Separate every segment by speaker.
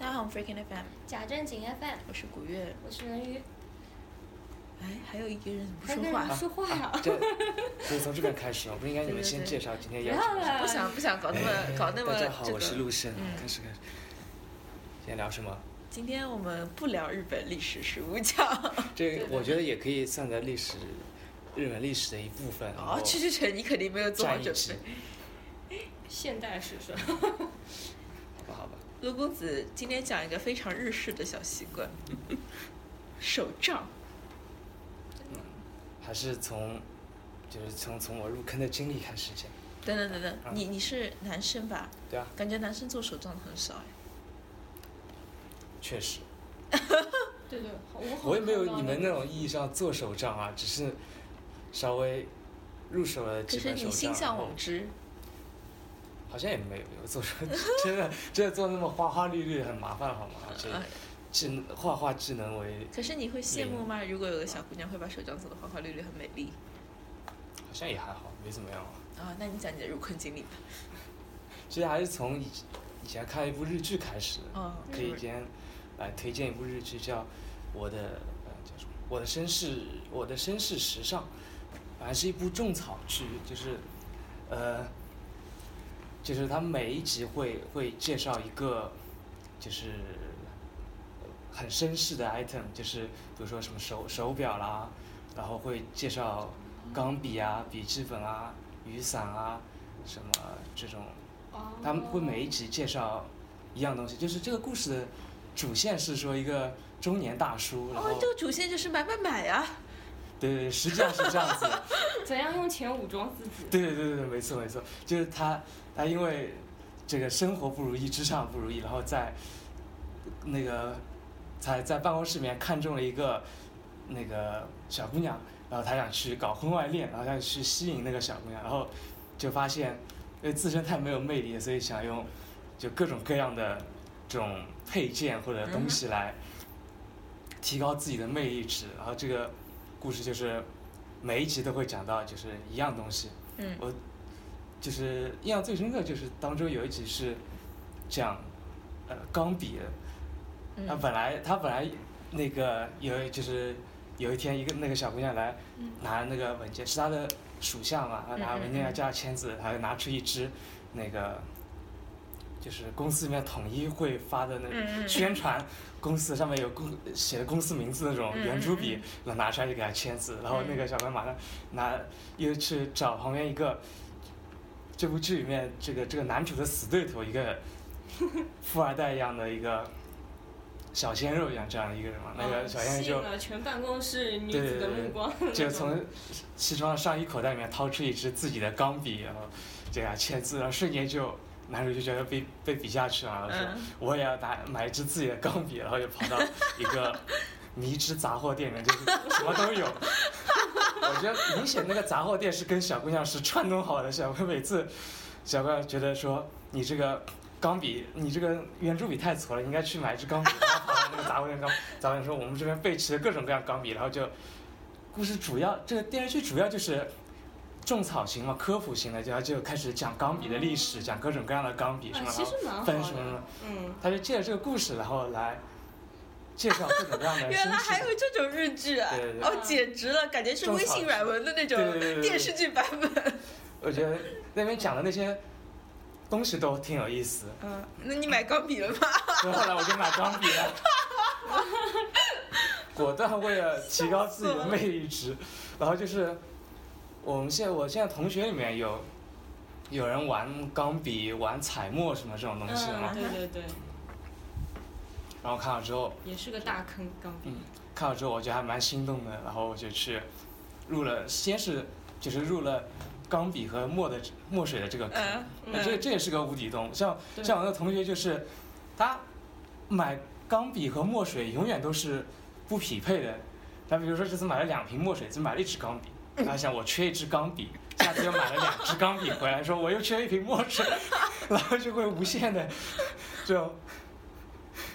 Speaker 1: on Freaking FM，
Speaker 2: 假正经 FM，
Speaker 1: 我是古月。
Speaker 2: 我是文鱼，
Speaker 1: 哎，还有一个人怎么说
Speaker 2: 还有个人
Speaker 1: 话？
Speaker 2: 说话呀
Speaker 3: 啊，对，所以从这边开始，我不应该你们先介绍今天邀请
Speaker 2: 不要了
Speaker 1: 不想不想搞那么搞那么
Speaker 3: 啊哎大
Speaker 1: 这
Speaker 3: 家好，我是
Speaker 1: 个。
Speaker 3: 陆生，
Speaker 1: 嗯
Speaker 3: 开始开始。今天聊什么？
Speaker 1: 今天我们不聊日本历史十五讲。
Speaker 2: 对
Speaker 3: 这个
Speaker 2: 的
Speaker 3: 我觉得也可以算在历史，日本历史的一部分。然
Speaker 1: 哦
Speaker 3: 后，
Speaker 1: 去去去，你肯定没有做好
Speaker 3: 占一
Speaker 1: 准
Speaker 3: 支
Speaker 1: 备。，
Speaker 2: 现代史是吧？
Speaker 3: 好吧好吧。
Speaker 1: 陆公子今天讲一个非常日式的小习 惯，手杖。
Speaker 3: 还是从，就是从从我入坑的经历开始讲。
Speaker 1: 等等等等，
Speaker 3: 啊
Speaker 1: 你你是男生吧？
Speaker 3: 对啊，
Speaker 1: 感觉男生做手杖的很少哎。
Speaker 3: 确实，
Speaker 2: 对对，我好
Speaker 3: 我也没有
Speaker 2: 看到
Speaker 3: 你们
Speaker 2: 个
Speaker 3: 那种意义上做手账啊，只是稍微入手了
Speaker 1: 可
Speaker 3: 几
Speaker 1: 是
Speaker 3: 本手哦
Speaker 1: 你
Speaker 3: 账。
Speaker 1: 心向
Speaker 3: 然后
Speaker 1: 往之，
Speaker 3: 好像也没有有做出，真的真的做那么花花绿绿很麻烦好吗？而且
Speaker 1: 呃，
Speaker 3: 智能画画智能为
Speaker 1: 可是你会羡慕吗？
Speaker 3: 嗯
Speaker 1: 如果有个小姑娘会把手杖做的花花绿绿，很美丽
Speaker 3: 好像也还好，没怎么样啊。
Speaker 1: 啊，那你讲你的入坑经历吧。
Speaker 3: 其实还是从以以前看一部日剧开始的，
Speaker 1: 哦，
Speaker 3: 可以今天来推荐一部日剧叫《我的呃叫什么？我的绅士我的绅士时尚》，反正是一部种草剧，就是呃就是它每一集会会介绍一个就是呃很绅士的 item，就是比如说什么手手表啦，然后会介绍钢笔啊、笔记本啊、雨伞啊什么这种。
Speaker 2: 哦
Speaker 3: 他们会每一集介绍一样东西，就是这个故事的主线是说一个中年大叔，然后、
Speaker 1: 哦，这个主线就是买买买啊！
Speaker 3: 对对对，实际上是这样子的，
Speaker 2: 怎样用钱武装自己？
Speaker 3: 对对对对，没错没错，就是他他因为这个生活不如意，职场不如意，然后在那个才在办公室里面看中了一个那个小姑娘，然后他想去搞婚外恋，然后想去吸引那个小姑娘，然后就发现因为自身太没有魅力了，所以想用就各种各样的这种配件或者东西来提高自己的魅力值，然后这个故事就是每一集都会讲到就是一样东西。
Speaker 1: 嗯，
Speaker 3: 我就是印象最深刻就是当中有一集是讲呃钢笔的，他
Speaker 1: 嗯
Speaker 3: 本来他本来那个有一就是有一天一个那个小姑娘来
Speaker 2: 嗯
Speaker 3: 拿那个文件，是她的属下嘛，她拿
Speaker 1: 嗯嗯
Speaker 3: 文件要
Speaker 1: 嗯
Speaker 3: 叫她签字，她就拿出一支那个就是公司里面统一会发的那
Speaker 1: 嗯嗯
Speaker 3: 种宣传公司上面有公写的公司名字那种
Speaker 1: 嗯嗯
Speaker 3: 圆珠笔
Speaker 1: 嗯，
Speaker 3: 然后拿出来就给她签字，然后那个小姑娘马上拿又去找旁边一个。这部剧里面，这个这个男主的死对头，一个 富二代一样的一个小鲜肉一样这样的一个人嘛，那个小鲜
Speaker 2: 吸
Speaker 1: 哦
Speaker 2: 引
Speaker 3: 肉
Speaker 2: 了全办公室女
Speaker 3: 对
Speaker 2: 子的
Speaker 3: 对对
Speaker 2: 目光，
Speaker 3: 就就从西装上衣口袋里面掏出一支自己的钢笔，然后这样签字，然后瞬间就男主就觉得被被比下去了，然后说
Speaker 1: 嗯
Speaker 3: 我也要拿买一支自己的钢笔，然后就跑到一个 迷之杂货店里面，就是什么都有。我觉得明显那个杂货店是跟小姑娘是串通好的，小姑娘每次小姑娘觉得说你这个钢笔，你这个圆珠笔太矬了，你应该去买一支钢笔。然后跑到那个杂货店，钢杂货店说我们这边备齐了各种各样钢笔，然后就故事主要这个电视剧主要就是种草型嘛，科普型的，然后就开始讲钢笔的历史，讲各种各样的钢笔什
Speaker 2: 啊，
Speaker 3: 么，
Speaker 2: 其实蛮好
Speaker 3: 分什么什么
Speaker 2: 的，嗯，
Speaker 3: 他就借着这个故事，然后来介绍各种各样 的
Speaker 1: 原来
Speaker 3: 绅士
Speaker 1: 还有这种日剧啊！
Speaker 3: 对对对
Speaker 1: 哦，简直了，感觉是微信软文的那种
Speaker 3: 对对对对对
Speaker 1: 电视剧版本。
Speaker 3: 我觉得那边讲的那些东西都挺有 意思。
Speaker 1: 嗯，那你买钢笔了吗？
Speaker 3: 所以后来我就买钢笔 了，果断为了提高自己的魅力值，然后就是我们现在我现在同学里面有有人玩钢笔、玩彩墨什么这种东西的嘛，
Speaker 2: 嗯，对对对，
Speaker 1: 嗯
Speaker 3: 然后看了之后，
Speaker 2: 也是个大坑，钢笔
Speaker 3: 嗯，看了之后我觉得还蛮心动的，然后我就去入了，先是就是入了钢笔和墨的墨水的这个坑，
Speaker 1: 嗯，
Speaker 3: 那哎这
Speaker 1: 嗯
Speaker 3: 这也是个无底洞。像
Speaker 2: 对
Speaker 3: 像我的同学就是，他买钢笔和墨水永远都是不匹配的。他比如说这次买了两瓶墨水，只买了一支钢 笔，他想我缺一支钢笔，下次又买了两支钢笔回来，说我又缺一瓶墨 水，然后就会无限的就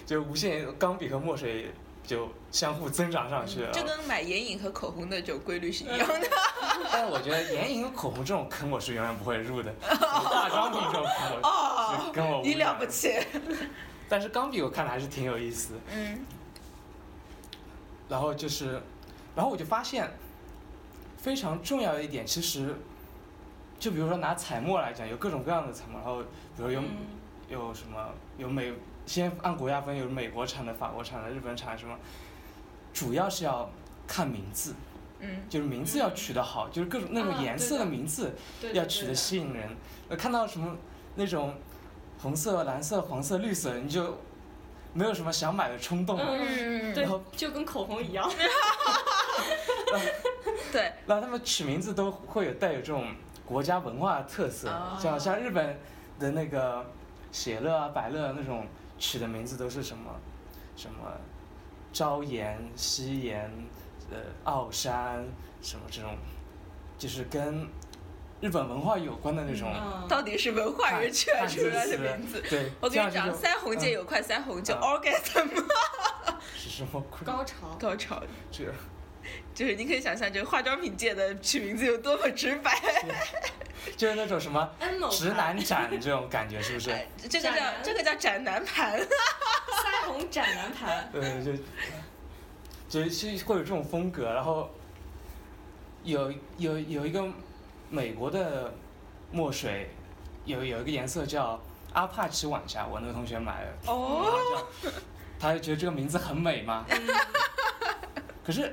Speaker 3: 就无限钢笔和墨水就相互增长上去。
Speaker 1: 这跟买眼影和口红的这种规律是一样
Speaker 3: 嗯
Speaker 1: 的。
Speaker 3: 但是我觉得眼影、口红这种坑 我是永远不会入的，大钢笔这种坑我是跟我无
Speaker 1: 哦你了
Speaker 3: 缘
Speaker 1: 不起，
Speaker 3: 但是钢笔我看了还是挺有意思。
Speaker 1: 嗯
Speaker 3: 然后就是，然后我就发现，非常重要的一点，其实，就比如说拿彩墨来讲，有各种各样的彩墨，然后比如有、
Speaker 2: 嗯
Speaker 3: 有什么有美，先按国家分，有美国产的、法国产的、日本产的什么，主要是要看名字，
Speaker 1: 嗯
Speaker 3: 就是名字要取得好，就是各种那
Speaker 2: 啊
Speaker 3: 种颜
Speaker 2: 对
Speaker 3: 色的
Speaker 2: 的
Speaker 3: 名字
Speaker 2: 对
Speaker 3: 要
Speaker 2: 对
Speaker 3: 取
Speaker 2: 对
Speaker 3: 得
Speaker 2: 的
Speaker 3: 吸引人。呃看到什么那种红色、蓝色、黄色、绿色，你就没有什么想买的冲动了。
Speaker 2: 嗯
Speaker 1: 嗯，
Speaker 3: 然后
Speaker 2: 对，就跟口红一样。
Speaker 1: 对，
Speaker 3: 那他们取名字都会有带有这种国家文化的特色，
Speaker 1: 哦
Speaker 3: 像像日本的那个写乐啊、百乐啊那种取的名字都是什么什么朝颜、夕颜、呃奥山什么这种，就是跟日本文化有关的那种
Speaker 2: 嗯，
Speaker 1: 到底是文化人
Speaker 3: 汉
Speaker 1: 圈出
Speaker 3: 字
Speaker 1: 来
Speaker 3: 词
Speaker 1: 的名字。
Speaker 3: 对，
Speaker 1: 我
Speaker 3: 这
Speaker 1: 跟
Speaker 3: 样
Speaker 1: 你讲，
Speaker 3: 就
Speaker 1: 腮红界有块腮红叫
Speaker 3: 嗯
Speaker 1: orgasm
Speaker 3: 是什么鬼？
Speaker 2: 高潮。
Speaker 1: 高潮，
Speaker 3: 这
Speaker 1: 就是你可以想象，这个化妆品界的取名字有多么直白。
Speaker 3: 就是那种什么
Speaker 2: N 某
Speaker 3: 直
Speaker 2: 牌
Speaker 3: 男展这种感觉，是不是？
Speaker 1: 哎这个
Speaker 2: 斩
Speaker 1: 叫
Speaker 2: 男
Speaker 1: 这个叫斩男盘，
Speaker 2: 腮红斩男盘，
Speaker 3: 对，就就是会有这种风格。然后有有有一个美国的墨水，有有一个颜色叫阿帕奇晚霞，我那个同学买的，然
Speaker 1: 哦，
Speaker 3: 后叫他就觉得这个名字很美嘛。可是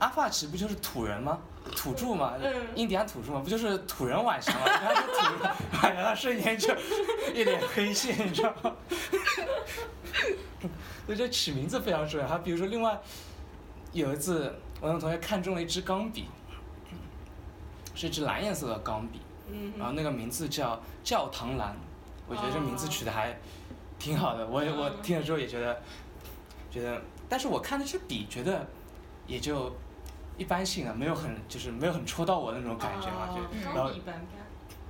Speaker 3: 阿帕奇不就是土人吗？土著嘛，
Speaker 2: 嗯
Speaker 3: 印第安土著嘛，不就是土人晚霞嘛？然后土人晚霞瞬间就一脸黑线，你知道吗？ 所以这取名字非常重要。还比如说，另外有一次，我有个同学看中了一支钢笔，是一支蓝颜色的钢笔，
Speaker 2: 嗯
Speaker 3: 然后啊那个名字叫教堂蓝，我觉得这名字取得还挺好的。我也我
Speaker 2: 嗯
Speaker 3: 听了之后也觉得，觉得，但是我看那支笔，觉得也就一般性啊，没有很就是没有很戳到我那种感觉嘛，就
Speaker 1: 嗯
Speaker 3: 然
Speaker 2: 高
Speaker 3: 后
Speaker 2: 比一般般。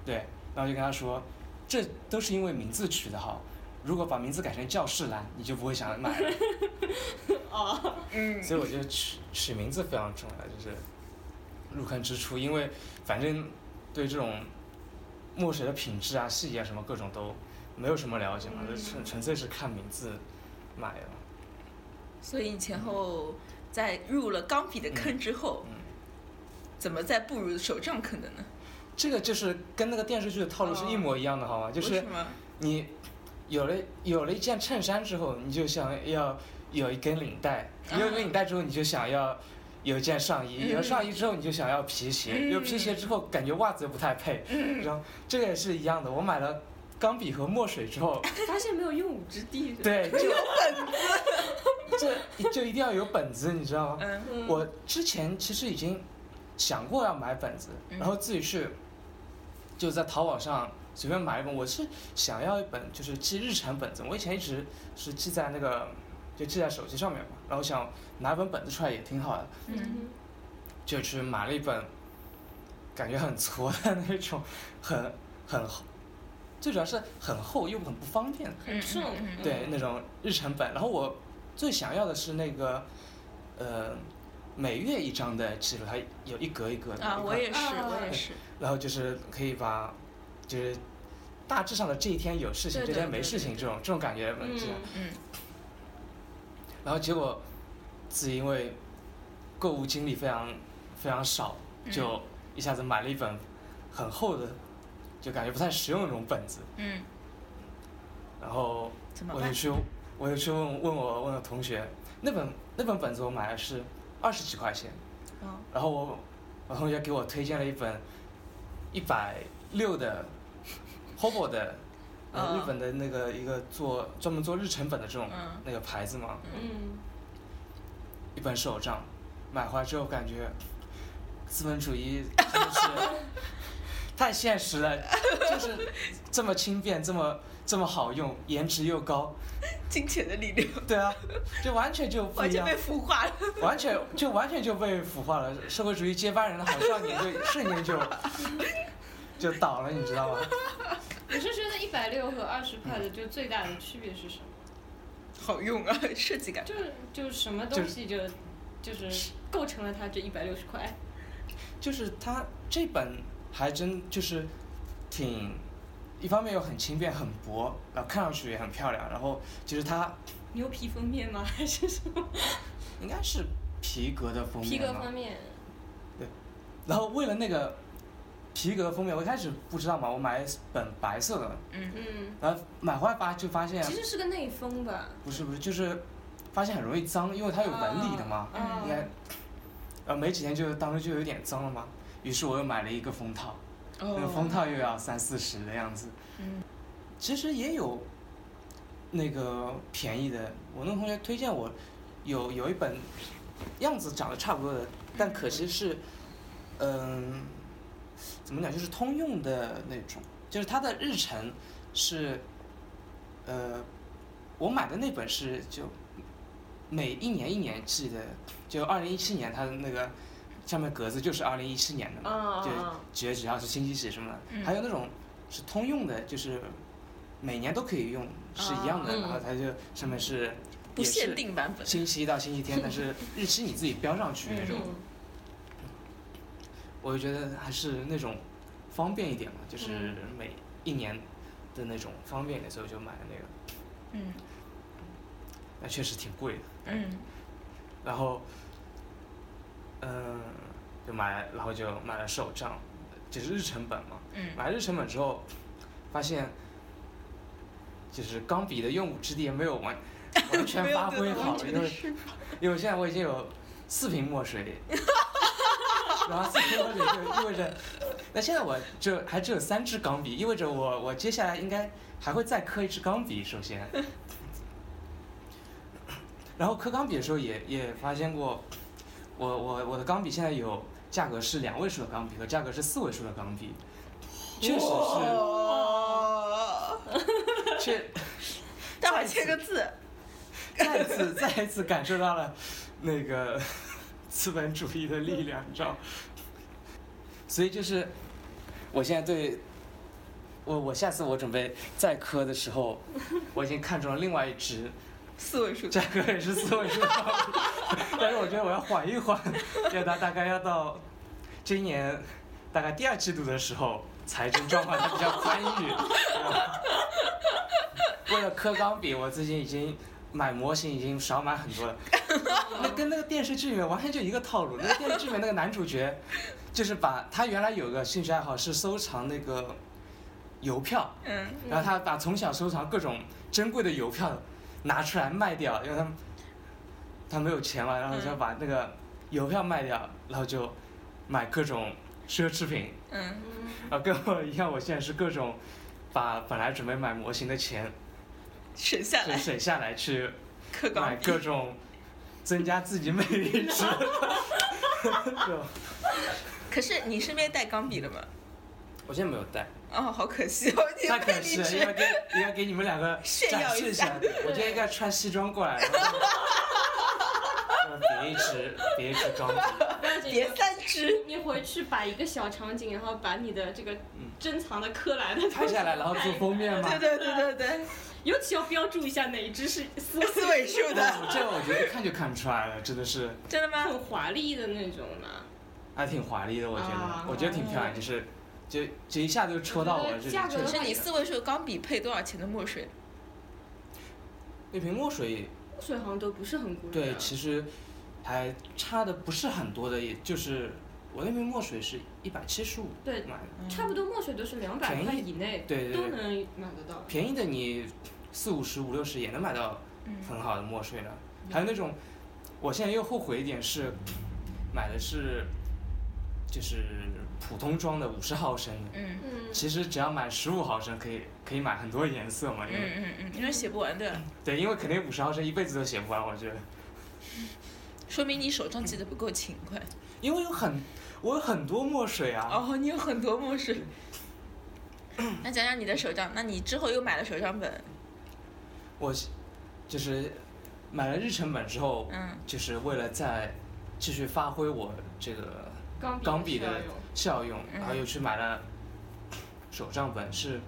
Speaker 3: 对，然后就跟他说，这都是因为名字取得好。如果把名字改成教室蓝，你就不会想买了。
Speaker 2: 哦，
Speaker 1: 嗯，
Speaker 3: 所以我觉得取取名字非常重要，就是入坑之初，因为反正对这种墨水的品质啊、细节啊什么各种都没有什么了解嘛，就
Speaker 2: 嗯
Speaker 3: 纯纯粹是看名字买的。
Speaker 1: 所以你前后在入了钢笔的坑之后，
Speaker 3: 嗯
Speaker 1: 怎么再步入手账坑的呢？
Speaker 3: 这个就是跟那个电视剧的套路是一模一样的，好吗？就
Speaker 1: 为
Speaker 3: 是
Speaker 1: 什么？
Speaker 3: 你有了有了一件衬衫之后，你就想要有一根领带，
Speaker 1: 啊
Speaker 3: 有一根领带之后，你就想要有一件上衣，
Speaker 1: 嗯
Speaker 3: 有了上衣之后，你就想要皮鞋，
Speaker 1: 嗯
Speaker 3: 有皮鞋之后，感觉袜子又不太配，然后这个也是一样的。我买了钢笔和墨水之后，
Speaker 2: 发现没有用武之地。，
Speaker 3: 对，就 这 就一定要有本子，你知道吗？
Speaker 1: 嗯
Speaker 2: 嗯
Speaker 3: 我之前其实已经想过要买本子，
Speaker 1: 嗯
Speaker 3: 然后自己去就在淘宝上随便买一本。我是想要一本就是记日常本子，我以前一直是记在那个就记在手机上面嘛，然后想拿本本子出来也挺好的，
Speaker 1: 嗯，
Speaker 2: 嗯，
Speaker 3: 就去买了一本，感觉很挫的那种，很很厚，最主要是很厚又很不方便，
Speaker 2: 很重
Speaker 1: 嗯嗯。嗯
Speaker 3: 对那种日程本。然后我最想要的是那个，呃，每月一张的记录，它有一格一格的。
Speaker 1: 啊，
Speaker 3: 一
Speaker 1: 我
Speaker 3: 块
Speaker 1: 也是，
Speaker 2: 啊
Speaker 1: 我也是，
Speaker 3: 然后就是可以把，就是大致上的这一天有事情，
Speaker 1: 对
Speaker 3: 这
Speaker 1: 对
Speaker 3: 天没
Speaker 1: 对
Speaker 3: 事
Speaker 1: 对
Speaker 3: 情，这种这种感觉。这样
Speaker 1: 嗯，
Speaker 3: 然后结果自己因为购物经历非常非常少，
Speaker 1: 嗯
Speaker 3: 就一下子买了一本很厚的，就感觉不太实用的那种本子。
Speaker 1: 嗯，
Speaker 3: 然后
Speaker 1: 怎么
Speaker 3: 我就
Speaker 1: 办？
Speaker 3: 去，我就去问问我问我同学，那本那本本子我买的是二十几块钱，
Speaker 1: 哦，
Speaker 3: 然后我我同学给我推荐了一本一百六的 Hobo 的，呃
Speaker 1: 嗯
Speaker 3: 日本的那个一个做专门做日程本的这种
Speaker 1: 嗯
Speaker 3: 那个牌子嘛，
Speaker 2: 嗯，
Speaker 3: 一本手账，买回来之后感觉资本主义真的是 太现实了，就是这么轻便，这么这么好用，颜值又高，
Speaker 1: 金钱的力量
Speaker 3: 对啊，就完全就不
Speaker 1: 完
Speaker 3: 一
Speaker 1: 全
Speaker 3: 样
Speaker 1: 被，孵化了，
Speaker 3: 完全就完全就被腐化了。社会主义接班人的好少年就瞬间就 就倒了，你知道吗？
Speaker 2: 我是觉得一百六和二十块的就最大的区别是什么？
Speaker 1: 好用啊，设计感。
Speaker 2: 就是就是什么东西就就是构成了它这一百六十块。
Speaker 3: 就是他这本还真就是挺一方面又很轻便、很薄，然后看上去也很漂亮。然后其实它
Speaker 2: 牛皮封面吗？还是什么？
Speaker 3: 应该是皮革的封面
Speaker 2: 皮革
Speaker 3: 吧
Speaker 2: 方面，
Speaker 3: 然后为了那个皮革封面，我一开始不知道嘛，我买本白色的，
Speaker 1: 嗯，
Speaker 2: 嗯，
Speaker 3: 然后买回来发就发现啊
Speaker 2: 其实是个内封吧，
Speaker 3: 不是不是，就是发现很容易脏，因为它有纹理的嘛，
Speaker 2: 啊
Speaker 3: 应该，呃没几天就当时就有点脏了嘛。于是我又买了一个封套，
Speaker 1: 哦
Speaker 3: 那个封套又要三四十的样子。
Speaker 1: 嗯，
Speaker 3: 其实也有那个便宜的，我那个同学推荐我有有一本样子长得差不多的，但可惜是，嗯、怎么讲，就是通用的那种，就是它的日程是，呃，我买的那本是就每一年一年记的，就二零一七年它的那个上面格子就是二零一七年的嘛，
Speaker 2: 啊
Speaker 3: 对几月几号是星期几什么的，
Speaker 1: 嗯
Speaker 3: 还有那种是通用的，就是每年都可以用，是一样的，
Speaker 2: 啊嗯
Speaker 3: 然后它就上面是
Speaker 1: 不
Speaker 3: 也是
Speaker 1: 限定版本，
Speaker 3: 星期一到星期天，但是日期你自己标上去那种，
Speaker 2: 嗯
Speaker 3: 我就觉得还是那种方便一点嘛，就是
Speaker 2: 嗯
Speaker 3: 每一年的那种方便一点，所以我就买了那个，
Speaker 1: 嗯
Speaker 3: 那确实挺贵的，
Speaker 1: 嗯
Speaker 3: 然后，嗯、就买，然后就买了手账，只是日程本嘛，
Speaker 1: 嗯
Speaker 3: 买日成本之后，发现就是钢笔的用武之地也没有 完完全
Speaker 1: 没有
Speaker 3: 发
Speaker 1: 得
Speaker 3: 挥
Speaker 1: 到
Speaker 3: 好，
Speaker 1: 完全
Speaker 3: 因
Speaker 1: 的
Speaker 3: 为因为现在我已经有四瓶 墨水，然后四瓶墨水就意味着，那现在我就还只有三支钢笔，意味着我我接下来应该还会再刻一支钢笔，首先。然后刻钢笔的时候也也发现过，我我我的钢笔现在有价格是两位数的钢笔和价格是四位数的钢笔，确实是
Speaker 1: 哦，
Speaker 3: 确
Speaker 1: 待会儿签个字，
Speaker 3: 再次 再一次感受到了那个 资本主义的力量，你知道吗？所以就是我现在对我我下次我准备再磕的时候，我已经看中了另外一只，
Speaker 1: 四位数，
Speaker 3: 价格也是四位数的 钢笔，但是我觉得我要缓一缓，要到大概要到今年大概第二季度的时候，财政状况才比较宽裕。为了刻钢笔，我最近已经买模型已经少买很多了，那跟那个电视剧里面完全就一个套路。那个电视剧里面那个男主角，就是把他原来有个兴趣爱好是收藏那个邮票，
Speaker 1: 嗯，
Speaker 2: 嗯
Speaker 3: 然后他把从小收藏各种珍贵的邮票拿出来卖掉，因为他们他没有钱嘛，然后就把那个邮票卖掉，然后就买各种奢侈品。
Speaker 1: 嗯
Speaker 2: 嗯
Speaker 3: 啊，跟我一样，我现在是各种把本来准备买模型的钱
Speaker 1: 省下
Speaker 3: 就
Speaker 1: 来，
Speaker 3: 省下来去
Speaker 1: 刻
Speaker 3: 买
Speaker 1: 钢笔
Speaker 3: 各，种增加自己魅力 值。就
Speaker 1: 可是你身边带钢笔了吗？
Speaker 3: 我现在没有带，
Speaker 1: 哦，好可惜哦， 你
Speaker 3: 那可
Speaker 1: 被
Speaker 3: 是
Speaker 1: 离
Speaker 3: 应
Speaker 1: 职，
Speaker 3: 该给应该给你们两个
Speaker 1: 炫
Speaker 3: 展
Speaker 1: 耀一
Speaker 3: 示一
Speaker 1: 下
Speaker 3: 下。我今天应该穿西装过来。然后别一直别一直装逼，
Speaker 2: 不要紧
Speaker 1: 别三支，
Speaker 2: 你回去摆一个小场景，然后把你的这个
Speaker 3: 嗯
Speaker 2: 珍藏的柯蓝的
Speaker 3: 拍下来然后做封面嘛
Speaker 1: 对。对对对对，
Speaker 2: 尤其要标注一下哪一只 是丝袜
Speaker 1: 四位数的，
Speaker 3: 哦这我觉得一看就看不出来了，真的是
Speaker 1: 真的吗？
Speaker 2: 很华丽的那种嘛。
Speaker 3: 还挺华丽的，我觉
Speaker 2: 啊
Speaker 3: 得，我觉得挺漂亮，就是就就一下就戳到我
Speaker 2: 我觉得
Speaker 3: 这里。
Speaker 2: 价格
Speaker 3: 这
Speaker 1: 可
Speaker 3: 里
Speaker 1: 是你四位数的钢笔配多少钱的墨水？
Speaker 3: 那瓶墨水，
Speaker 2: 墨水好像都不是很啊贵的。
Speaker 3: 对，其实还差的不是很多的，也就是我那瓶墨水是一百七十五
Speaker 2: 对
Speaker 3: 买的，
Speaker 2: 差不多墨水都是两百块
Speaker 3: 便宜
Speaker 2: 以内，
Speaker 3: 对
Speaker 2: 都
Speaker 3: 对对，
Speaker 2: 能买得到。
Speaker 3: 便宜的你四五十、五六十也能买到很好的墨水了。
Speaker 1: 嗯
Speaker 3: 还有那种，我现在又后悔一点是买的是就是普通装的五十毫升的，
Speaker 1: 嗯
Speaker 2: 嗯，
Speaker 3: 其实只要买十五毫升可以可以买很多颜色嘛，
Speaker 1: 嗯
Speaker 3: 因为、
Speaker 1: 嗯嗯，因为写不完的，
Speaker 3: 对，因为肯定五十毫升一辈子都写不完，我觉得。
Speaker 1: 说明你手账记得不够勤快。
Speaker 3: 因为有很，我有很多墨水啊。
Speaker 1: 哦，你有很多墨水。
Speaker 3: 嗯
Speaker 1: 那讲讲你的手账，那你之后又买了手账本，
Speaker 3: 我就是买了日程本之后，
Speaker 1: 嗯
Speaker 3: 就是为了再继续发挥我这个
Speaker 2: 钢
Speaker 3: 钢笔
Speaker 2: 的
Speaker 3: 的
Speaker 2: 效用
Speaker 3: 效用，
Speaker 1: 嗯
Speaker 3: 然后又去买了手账本，是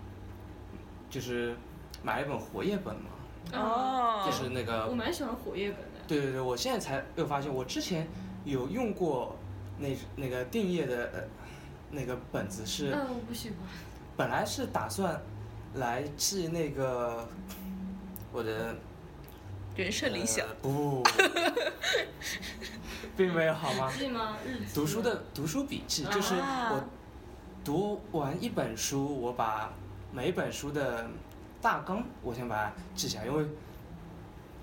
Speaker 3: 就是买了一本活页本嘛，
Speaker 1: 哦
Speaker 3: 就是那
Speaker 2: 嗯我
Speaker 3: 个
Speaker 2: 蛮喜欢活页本的。
Speaker 3: 对对对，我现在才又发现，我之前有用过那那个定页的呃那个本子是
Speaker 2: 嗯，我不喜欢。
Speaker 3: 本来是打算来治那个我的
Speaker 1: 人生理想
Speaker 3: 呃、不，并没有好吗？
Speaker 2: 记吗？日记
Speaker 3: 读书
Speaker 2: 吗
Speaker 3: 的读书笔记就是
Speaker 1: 啊
Speaker 3: 我读完一本书，我把每本书的大纲我先把它记下，因为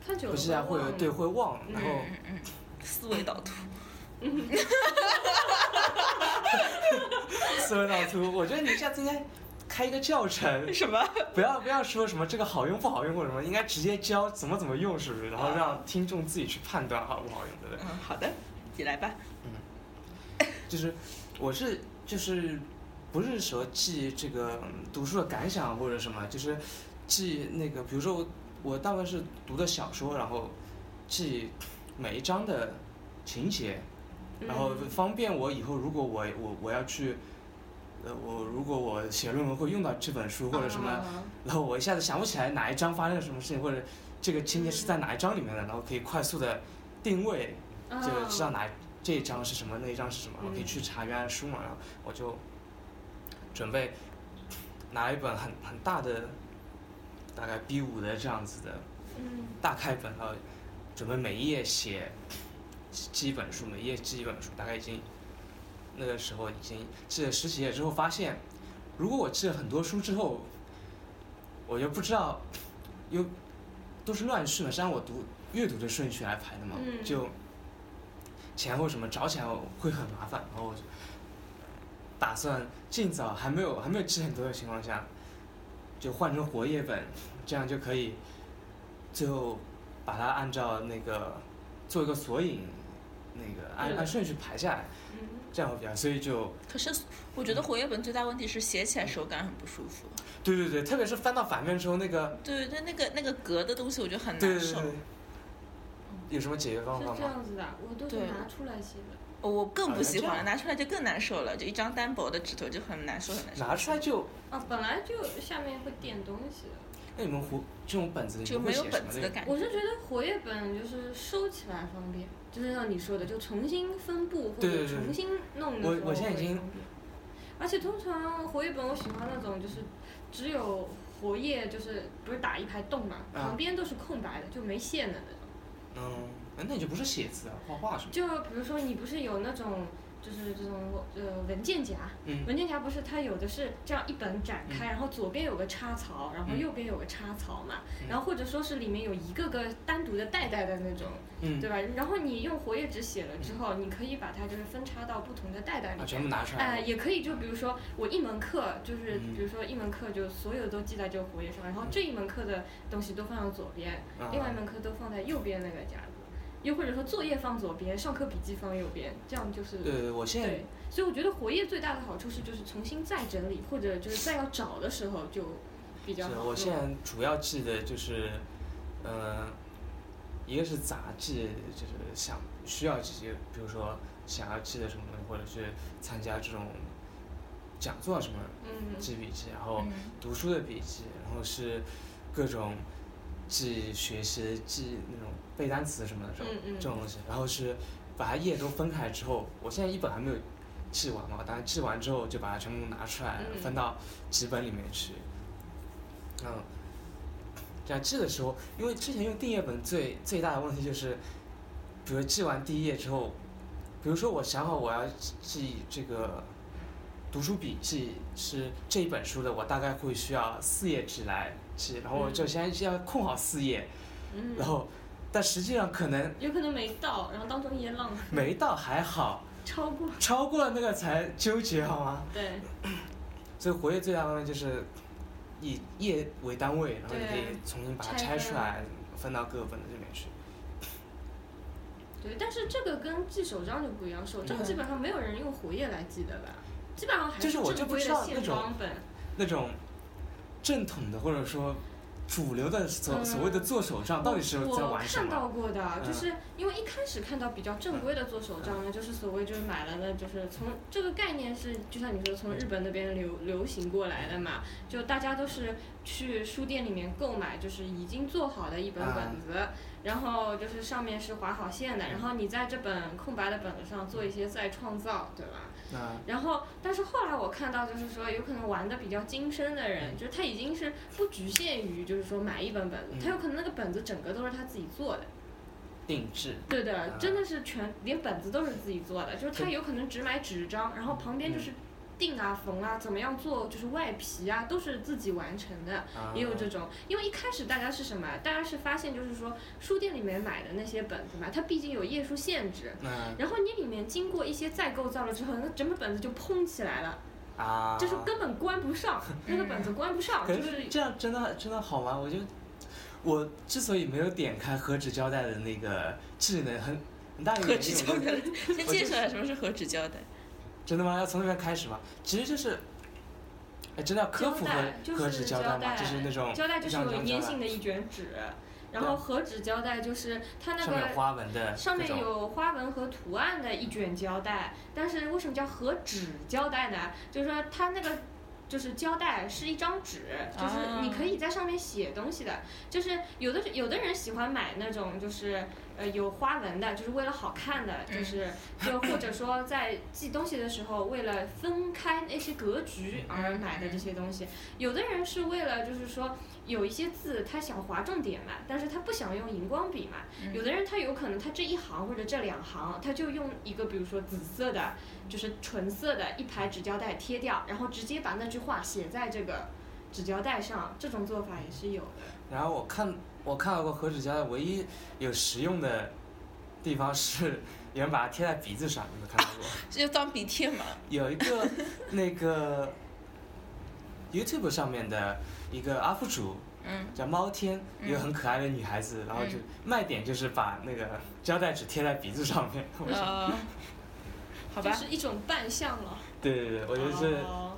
Speaker 2: 看久了
Speaker 3: 不是啊，会有
Speaker 2: 忘
Speaker 3: 对会忘，然后呃
Speaker 1: 思维导图，
Speaker 3: 思维导图。我觉得你下次应该开一个教 程，
Speaker 1: 什么？
Speaker 3: 不要不要说什么这个好用不好用或者什么，应该直接教怎么怎么用，是不是？然后让听众自己去判断好不好用，对不对？
Speaker 1: 嗯，好的，你来吧。
Speaker 3: 就是我是就是不是说记这个嗯读书的感想或者什么，就是记那个，比如说我我大部分是读的小说，然后记每一章的情节，然后
Speaker 2: 嗯
Speaker 3: 方便我以后如果我我我要去。呃，我如果我写论文会用到这本书或者什么，
Speaker 2: 啊
Speaker 3: 然后我一下子想不起来哪一章发生了什么事情，或者这个情节是在哪一章里面的，然后可以快速的定位，
Speaker 2: 啊
Speaker 3: 就知道哪这一章是什么，那一章是什么，然后可以
Speaker 2: 嗯
Speaker 3: 去查原来的书嘛。然后我就准备拿一本很很大的，大概 B 五的这样子的
Speaker 2: 嗯
Speaker 3: 大开本，然后准备每一页写记一本书，每一页记一本书，大概已经那个时候已经记了十几页之后，发现如果我记了很多书之后，我就不知道又都是乱序嘛，是按我读阅读的顺序来排的嘛，
Speaker 2: 嗯
Speaker 3: 就前后什么找起来会很麻烦，然后我就打算尽早还没有还没有记很多的情况下，就换成活页本，这样就可以最后把它按照那个做一个索引，那个按
Speaker 2: 对
Speaker 3: 按顺序排下来，
Speaker 2: 嗯
Speaker 3: 这样会比较，所以就
Speaker 1: 可是我觉得活页本最大问题是写起来手感很不舒服。
Speaker 3: 对对对，特别是翻到反面之后，那个
Speaker 1: 对对，那个那个格的东西我觉得很
Speaker 3: 对
Speaker 1: 难
Speaker 3: 对
Speaker 1: 受
Speaker 3: 对。，有什么解决方法
Speaker 2: 是这
Speaker 3: 吗？
Speaker 2: 样子的，我都是
Speaker 1: 对
Speaker 2: 拿出来写的。
Speaker 1: 哦我更不喜
Speaker 3: 啊这
Speaker 1: 欢，
Speaker 3: 样
Speaker 1: 拿出来就更难受了，就一张单薄的纸头就很难受很难受。
Speaker 3: 拿出来就，
Speaker 2: 啊，本来就下面会垫东西的。
Speaker 3: 那你们胡这种本子你
Speaker 1: 就
Speaker 3: 们会
Speaker 1: 没有
Speaker 3: 写什
Speaker 1: 本
Speaker 3: 么
Speaker 1: 子
Speaker 3: 那
Speaker 1: 的
Speaker 3: 个？
Speaker 1: 感
Speaker 2: 我
Speaker 1: 觉。
Speaker 2: 是觉得活页本就是收起来方便，就是像你说的，就重新分布或
Speaker 3: 对
Speaker 2: 者
Speaker 3: 对对
Speaker 2: 重新弄的
Speaker 3: 我
Speaker 2: 时候
Speaker 3: 我现在已
Speaker 2: 会
Speaker 3: 经
Speaker 2: 方便。而且通常活页本我喜欢那种就是只有活页，就是不是打一排洞嘛，
Speaker 3: 啊
Speaker 2: 旁边都是空白的，就没线的那种。
Speaker 3: 嗯，那你就不是写字啊，画画什么？
Speaker 2: 就比如说你不是有那种就是这种呃文件夹，
Speaker 3: 嗯
Speaker 2: 文件夹不是它有的是这样一本展开，然后左边有个插槽，然后
Speaker 3: 嗯
Speaker 2: 右边有个插槽嘛，
Speaker 3: 嗯
Speaker 2: 然后或者说是里面有一个个单独的袋袋的那种，
Speaker 3: 嗯，
Speaker 2: 对吧？然后你用活页纸写了之后，你可以把它就是分插到不同的袋袋里
Speaker 3: 啊，
Speaker 2: 面。
Speaker 3: 全部拿出
Speaker 2: 哎、
Speaker 3: 来。
Speaker 2: 也可以，就比如说我一门课，就是
Speaker 3: 嗯
Speaker 2: 比如说一门课就所有都记在这个活页上，然后这一门课的东西都放到左边，
Speaker 3: 嗯
Speaker 2: 另外一门课都放在右边那个夹子，又或者说作业放左边，上课笔记放右边，这样就是
Speaker 3: 对对对，我现在
Speaker 2: 对，所以我觉得活页最大的好处是，就是重新再整理，或者就是再要找的时候就比较
Speaker 3: 是
Speaker 2: 好。
Speaker 3: 我现在主要记的就是，呃，一个是杂志，就是想需要记，比如说想要记的什么东西，或者是参加这种讲座什么
Speaker 2: 嗯，
Speaker 3: 记笔记，然后
Speaker 1: 嗯
Speaker 3: 读书的笔记，然后是各种记学习、记那种背单词什么的这种、
Speaker 2: 嗯嗯
Speaker 3: 这种东西，然后是把它页都分开之后，我现在一本还没有记完嘛，当然记完之后就把它全部拿出来、
Speaker 2: 嗯
Speaker 3: 分到几本里面去，嗯，这样记的时候，因为之前用订页本最最大的问题就是，比如记完第一页之后，比如说我想好我要记这个读书笔记是这一本书的，我大概会需要四页纸来记，然后我就先要空好四页，
Speaker 2: 嗯，
Speaker 3: 然后但实际上可能
Speaker 2: 有可能没到，然后当中也浪费
Speaker 3: 没到还好，
Speaker 2: 超过，
Speaker 3: 超过了那个才纠结好吗？
Speaker 2: 对，
Speaker 3: 所以活跃最大的问题就是以页为单位，然后你可以
Speaker 2: 对
Speaker 3: 重新把它
Speaker 2: 拆
Speaker 3: 拆
Speaker 2: 分
Speaker 3: 出来，分到各个本子里面去。
Speaker 2: 对，但是这个跟记手账就不一样，手账
Speaker 1: 嗯
Speaker 2: 基本上没有人用活页来记的吧，基本上还
Speaker 3: 就是
Speaker 2: 正
Speaker 3: 我就不
Speaker 2: 规
Speaker 3: 知
Speaker 2: 的
Speaker 3: 道
Speaker 2: 线
Speaker 3: 那种啊
Speaker 2: 装本。
Speaker 3: 那种正统的或者说主流的所
Speaker 2: 嗯
Speaker 3: 所谓的做手账，到底是在
Speaker 2: 我
Speaker 3: 玩什
Speaker 2: 看
Speaker 3: 么？
Speaker 2: 到过的，
Speaker 3: 嗯
Speaker 2: 就是因为一开始看到比较正规的做手账呢，就是所谓就是买了的，就是从这个概念是，就像你说从日本那边流流行过来的嘛，就大家都是去书店里面购买，就是已经做好的一
Speaker 3: 啊
Speaker 2: 本本子，然后就是上面是划好线的，然后你在这本空白的本子上做一些再创造，对吧？
Speaker 3: 那
Speaker 2: 然后，但是后来我看到，就是说，有可能玩的比较精深的人，就是他已经是不局限于，就是说买一本本子
Speaker 3: 嗯，
Speaker 2: 他有可能那个本子整个都是他自己做的。
Speaker 3: 定制，
Speaker 2: 对的
Speaker 3: 啊，
Speaker 2: 真的是全连本子都是自己做的，就是他有可能只买纸张，然后旁边
Speaker 3: 嗯
Speaker 2: 就是订啊、缝啊，怎么样做就是外皮啊，都是自己完成的。
Speaker 3: 啊
Speaker 2: 也有这种，因为一开始大家是什么啊？大家是发现就是说，书店里面买的那些本子嘛，它毕竟有页数限制，
Speaker 3: 那
Speaker 2: 然后你里面经过一些再构造了之后，那整本本子就蓬起来了。
Speaker 3: 啊，
Speaker 2: 就是根本关不上，那个本子关不上，
Speaker 3: 可
Speaker 2: 就是
Speaker 3: 这样真的真的好玩，我就我之所以没有点开何纸胶带的那个智能，很很大一个
Speaker 1: 何
Speaker 3: 原
Speaker 1: 止
Speaker 3: 因，
Speaker 1: 胶
Speaker 3: 我就
Speaker 1: 带，先介绍一下什么是何止胶带。
Speaker 3: 真的吗？要从那边开始吗？其实就是，哎，真的要科普
Speaker 2: 胶带
Speaker 3: 何
Speaker 2: 就是
Speaker 3: 何纸胶带
Speaker 2: 胶
Speaker 3: 嘛，
Speaker 2: 带
Speaker 3: 就是那种
Speaker 2: 胶带就是
Speaker 3: 一张一
Speaker 2: 有
Speaker 3: 张
Speaker 2: 粘
Speaker 3: 胶带
Speaker 2: 性的一卷纸，然后和纸胶带就是它那
Speaker 3: 上面有
Speaker 2: 个
Speaker 3: 花纹的
Speaker 2: 上
Speaker 3: 各
Speaker 2: 面
Speaker 3: 种，
Speaker 2: 有花纹和图案的一卷胶带，但是为什么叫和纸胶带呢？就是说它那个。就是胶带是一张纸，就是你可
Speaker 3: 哦
Speaker 2: 以在上面写东西的。就是有的有的人喜欢买那种就是呃有花纹的，就是为了好看的，就是
Speaker 3: 嗯
Speaker 2: 就或者说在寄东西的时候，为了分开那些格局
Speaker 3: 嗯
Speaker 2: 而买的这些东西。有的人是为了就是说有一些字他想划重点嘛，但是他不想用荧光笔嘛。
Speaker 1: 嗯
Speaker 2: 有的人他有可能他这一行或者这两行，他就用一个比如说紫色的，就是纯色的一排纸胶带贴掉，然后直接把那句话写在这个纸胶带上，这种做法也是有的。
Speaker 3: 然后我看我看到过何纸胶带唯一有实用的地方是有人把它贴在鼻子上，你们看到过？
Speaker 1: 这就当鼻贴嘛。
Speaker 3: 有一个那个 YouTube 上面的一个 UP 主
Speaker 1: 嗯，
Speaker 3: 叫猫天，
Speaker 1: 嗯
Speaker 3: 一个很可爱的女孩子，然后就卖点就是把那个胶带纸贴在鼻子上面。 我说
Speaker 1: 呃， 好吧
Speaker 2: 就，是一种扮相了。
Speaker 3: 对对对，我觉得是
Speaker 2: 哦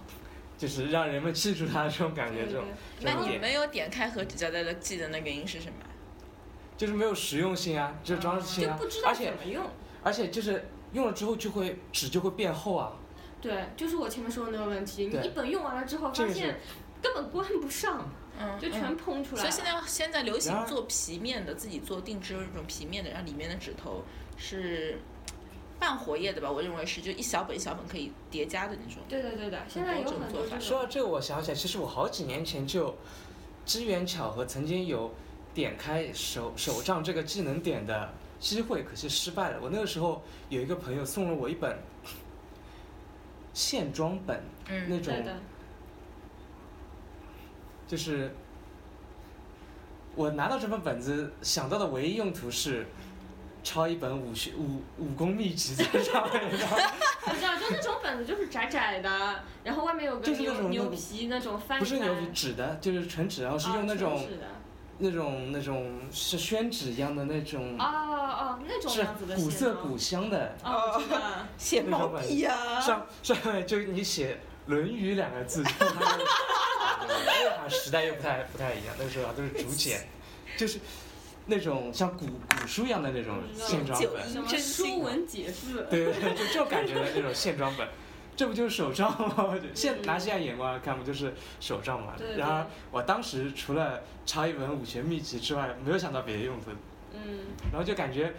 Speaker 3: 就是让人们记住它的这种感觉，这种
Speaker 2: 对
Speaker 1: 那
Speaker 2: 然后
Speaker 1: 你没有点开何止胶带的记得那个原因是什么？
Speaker 3: 就是没有实用性啊，就是装饰性
Speaker 2: 就
Speaker 3: 啊
Speaker 2: 不知，道
Speaker 3: 而
Speaker 2: 怎
Speaker 3: 且
Speaker 2: 么用。
Speaker 3: 而且就是用了之后就会纸就会变厚啊，
Speaker 2: 对，就是我前面说的那个问题，你
Speaker 3: 对
Speaker 2: 一本用完了之后，
Speaker 3: 这
Speaker 2: 发
Speaker 3: 个
Speaker 2: 现
Speaker 3: 是
Speaker 2: 根本关不上，
Speaker 1: 嗯，
Speaker 2: 就全蓬出来
Speaker 1: 所
Speaker 2: 了。
Speaker 1: 以现在现在流行
Speaker 3: 然而
Speaker 1: 做皮面的，自己做定制这种皮面的，然后里面的纸头是半活页的吧？我认为是，就一小本一小本可以叠加的那种。
Speaker 2: 对的对的，现在有
Speaker 1: 多种
Speaker 2: 很
Speaker 1: 做
Speaker 2: 多
Speaker 1: 法
Speaker 2: 这
Speaker 3: 说
Speaker 2: 种。
Speaker 3: 到这个，我想起来，其实我好几年前就机缘巧合曾经有点开手手账这个技能点的机会，可惜失败了。我那个时候有一个朋友送了我一本线装本，
Speaker 1: 嗯
Speaker 3: 那种
Speaker 2: 对的，
Speaker 3: 就是我拿到这本本子想到的唯一用途是。抄一本武学武武功秘籍在上 面，然后
Speaker 2: 你知道，就那种本子就是窄窄的，然后外面有个
Speaker 3: 就是那
Speaker 2: 牛
Speaker 3: 种
Speaker 2: 牛皮那种翻一翻。
Speaker 3: 不是牛皮纸的，就是纯纸，然后是用那种、
Speaker 2: 啊是的
Speaker 3: 那种那种是宣纸一样的那种
Speaker 2: 哦哦，那种
Speaker 3: 嗯是
Speaker 2: 样子的
Speaker 3: 古
Speaker 2: 线
Speaker 3: 色
Speaker 2: 吗
Speaker 3: 古香的，
Speaker 2: 哦，我知道 了
Speaker 1: 写毛笔呀、
Speaker 2: 啊
Speaker 3: 上上面就你写《论语》两个字，就它那个那个好像时代又不太不太一样，那个时候啊好像都是竹简，就是那种像古古书一样的那种
Speaker 2: 我知道
Speaker 3: 线装
Speaker 1: 九
Speaker 3: 本，
Speaker 1: 一
Speaker 2: 什么
Speaker 1: 真
Speaker 2: 书
Speaker 1: 心
Speaker 3: 啊
Speaker 2: 文解字。
Speaker 3: 对对对，就这种感觉的那种线装本。这不就是手账吗？我觉得现拿现在眼光来看，不就是手账吗？
Speaker 2: 对嗯对
Speaker 3: 然而我当时除了抄一本武学秘籍之外，没有想到别的用途，
Speaker 2: 嗯，
Speaker 3: 然后就感觉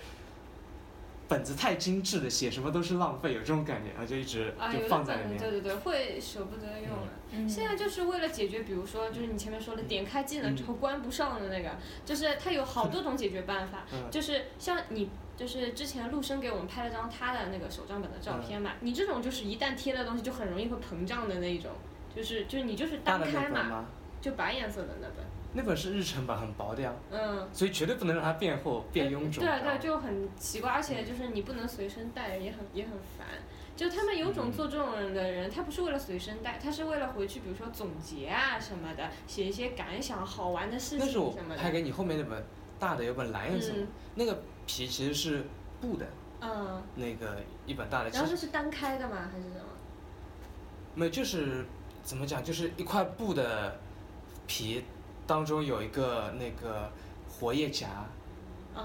Speaker 3: 本子太精致了，写什么都是浪费，有这种感觉，然后就一直
Speaker 2: 啊，有
Speaker 3: 就
Speaker 2: 的
Speaker 3: 放在嗯那
Speaker 2: 本子
Speaker 3: 边。
Speaker 2: 对对对，会舍不得用了。
Speaker 1: 嗯
Speaker 2: 现在就是为了解决，比如说就是你前面说的点开技
Speaker 3: 嗯
Speaker 2: 能之后关不上的那个，就是它有好多种解决办法。
Speaker 3: 嗯，
Speaker 2: 就是像你，就是之前陆生给我们拍了张他的那个手账本的照片
Speaker 3: 嗯
Speaker 2: 嘛，你这种就是一旦贴了东西就很容易会膨胀的那一种，就是就是你就是
Speaker 3: 大
Speaker 2: 单
Speaker 3: 的那
Speaker 2: 开
Speaker 3: 本
Speaker 2: 嘛，
Speaker 3: 吗？
Speaker 2: 就白颜色的那本，
Speaker 3: 那本是日程版，很薄的呀，
Speaker 2: 嗯，
Speaker 3: 所以绝对不能让它变厚、变臃
Speaker 2: 呃
Speaker 3: 肿。
Speaker 2: 对啊对对，
Speaker 3: 知道吗
Speaker 2: 就很奇怪，而且就是你不能随身带，也很也很烦。就他们有种
Speaker 3: 嗯
Speaker 2: 做这种人的人，他不是为了随身带，他是为了回去，比如说总结啊什么的，写一些感想、好玩的事
Speaker 3: 那
Speaker 2: 情
Speaker 3: 是我
Speaker 2: 什么
Speaker 3: 拍
Speaker 2: 的。
Speaker 3: 给你后面那本大的，有本蓝颜色，
Speaker 2: 嗯
Speaker 3: 那个皮其实是布的，
Speaker 2: 嗯，
Speaker 3: 那个一本呃大的，其
Speaker 2: 然后
Speaker 3: 实
Speaker 2: 这是单开的吗？还是什么？
Speaker 3: 没有就是怎么讲，就是一块布的皮当中有一个那个活页夹，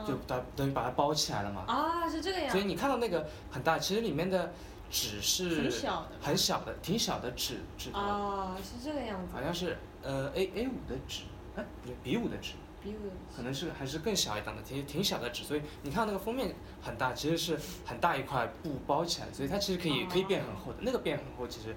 Speaker 3: 就
Speaker 2: 嗯，
Speaker 3: 把等于把它包起来了嘛。
Speaker 2: 啊，是这个样
Speaker 3: 所
Speaker 2: 子
Speaker 3: 以。你看到那个很大，其实里面的纸是
Speaker 2: 很小的吧
Speaker 3: 很小的，挺小的纸纸头，
Speaker 2: 哦，是这个样子
Speaker 3: 好，像是呃 A A 五的纸，哎不对 B 五的纸，
Speaker 2: 比我
Speaker 3: 可能是还是更小一档的，挺挺小的纸，所以你看那个封面很大，其实是很大一块布包起来，所以它其实可以
Speaker 2: 哦
Speaker 3: 可以变很厚的，那个变很厚其实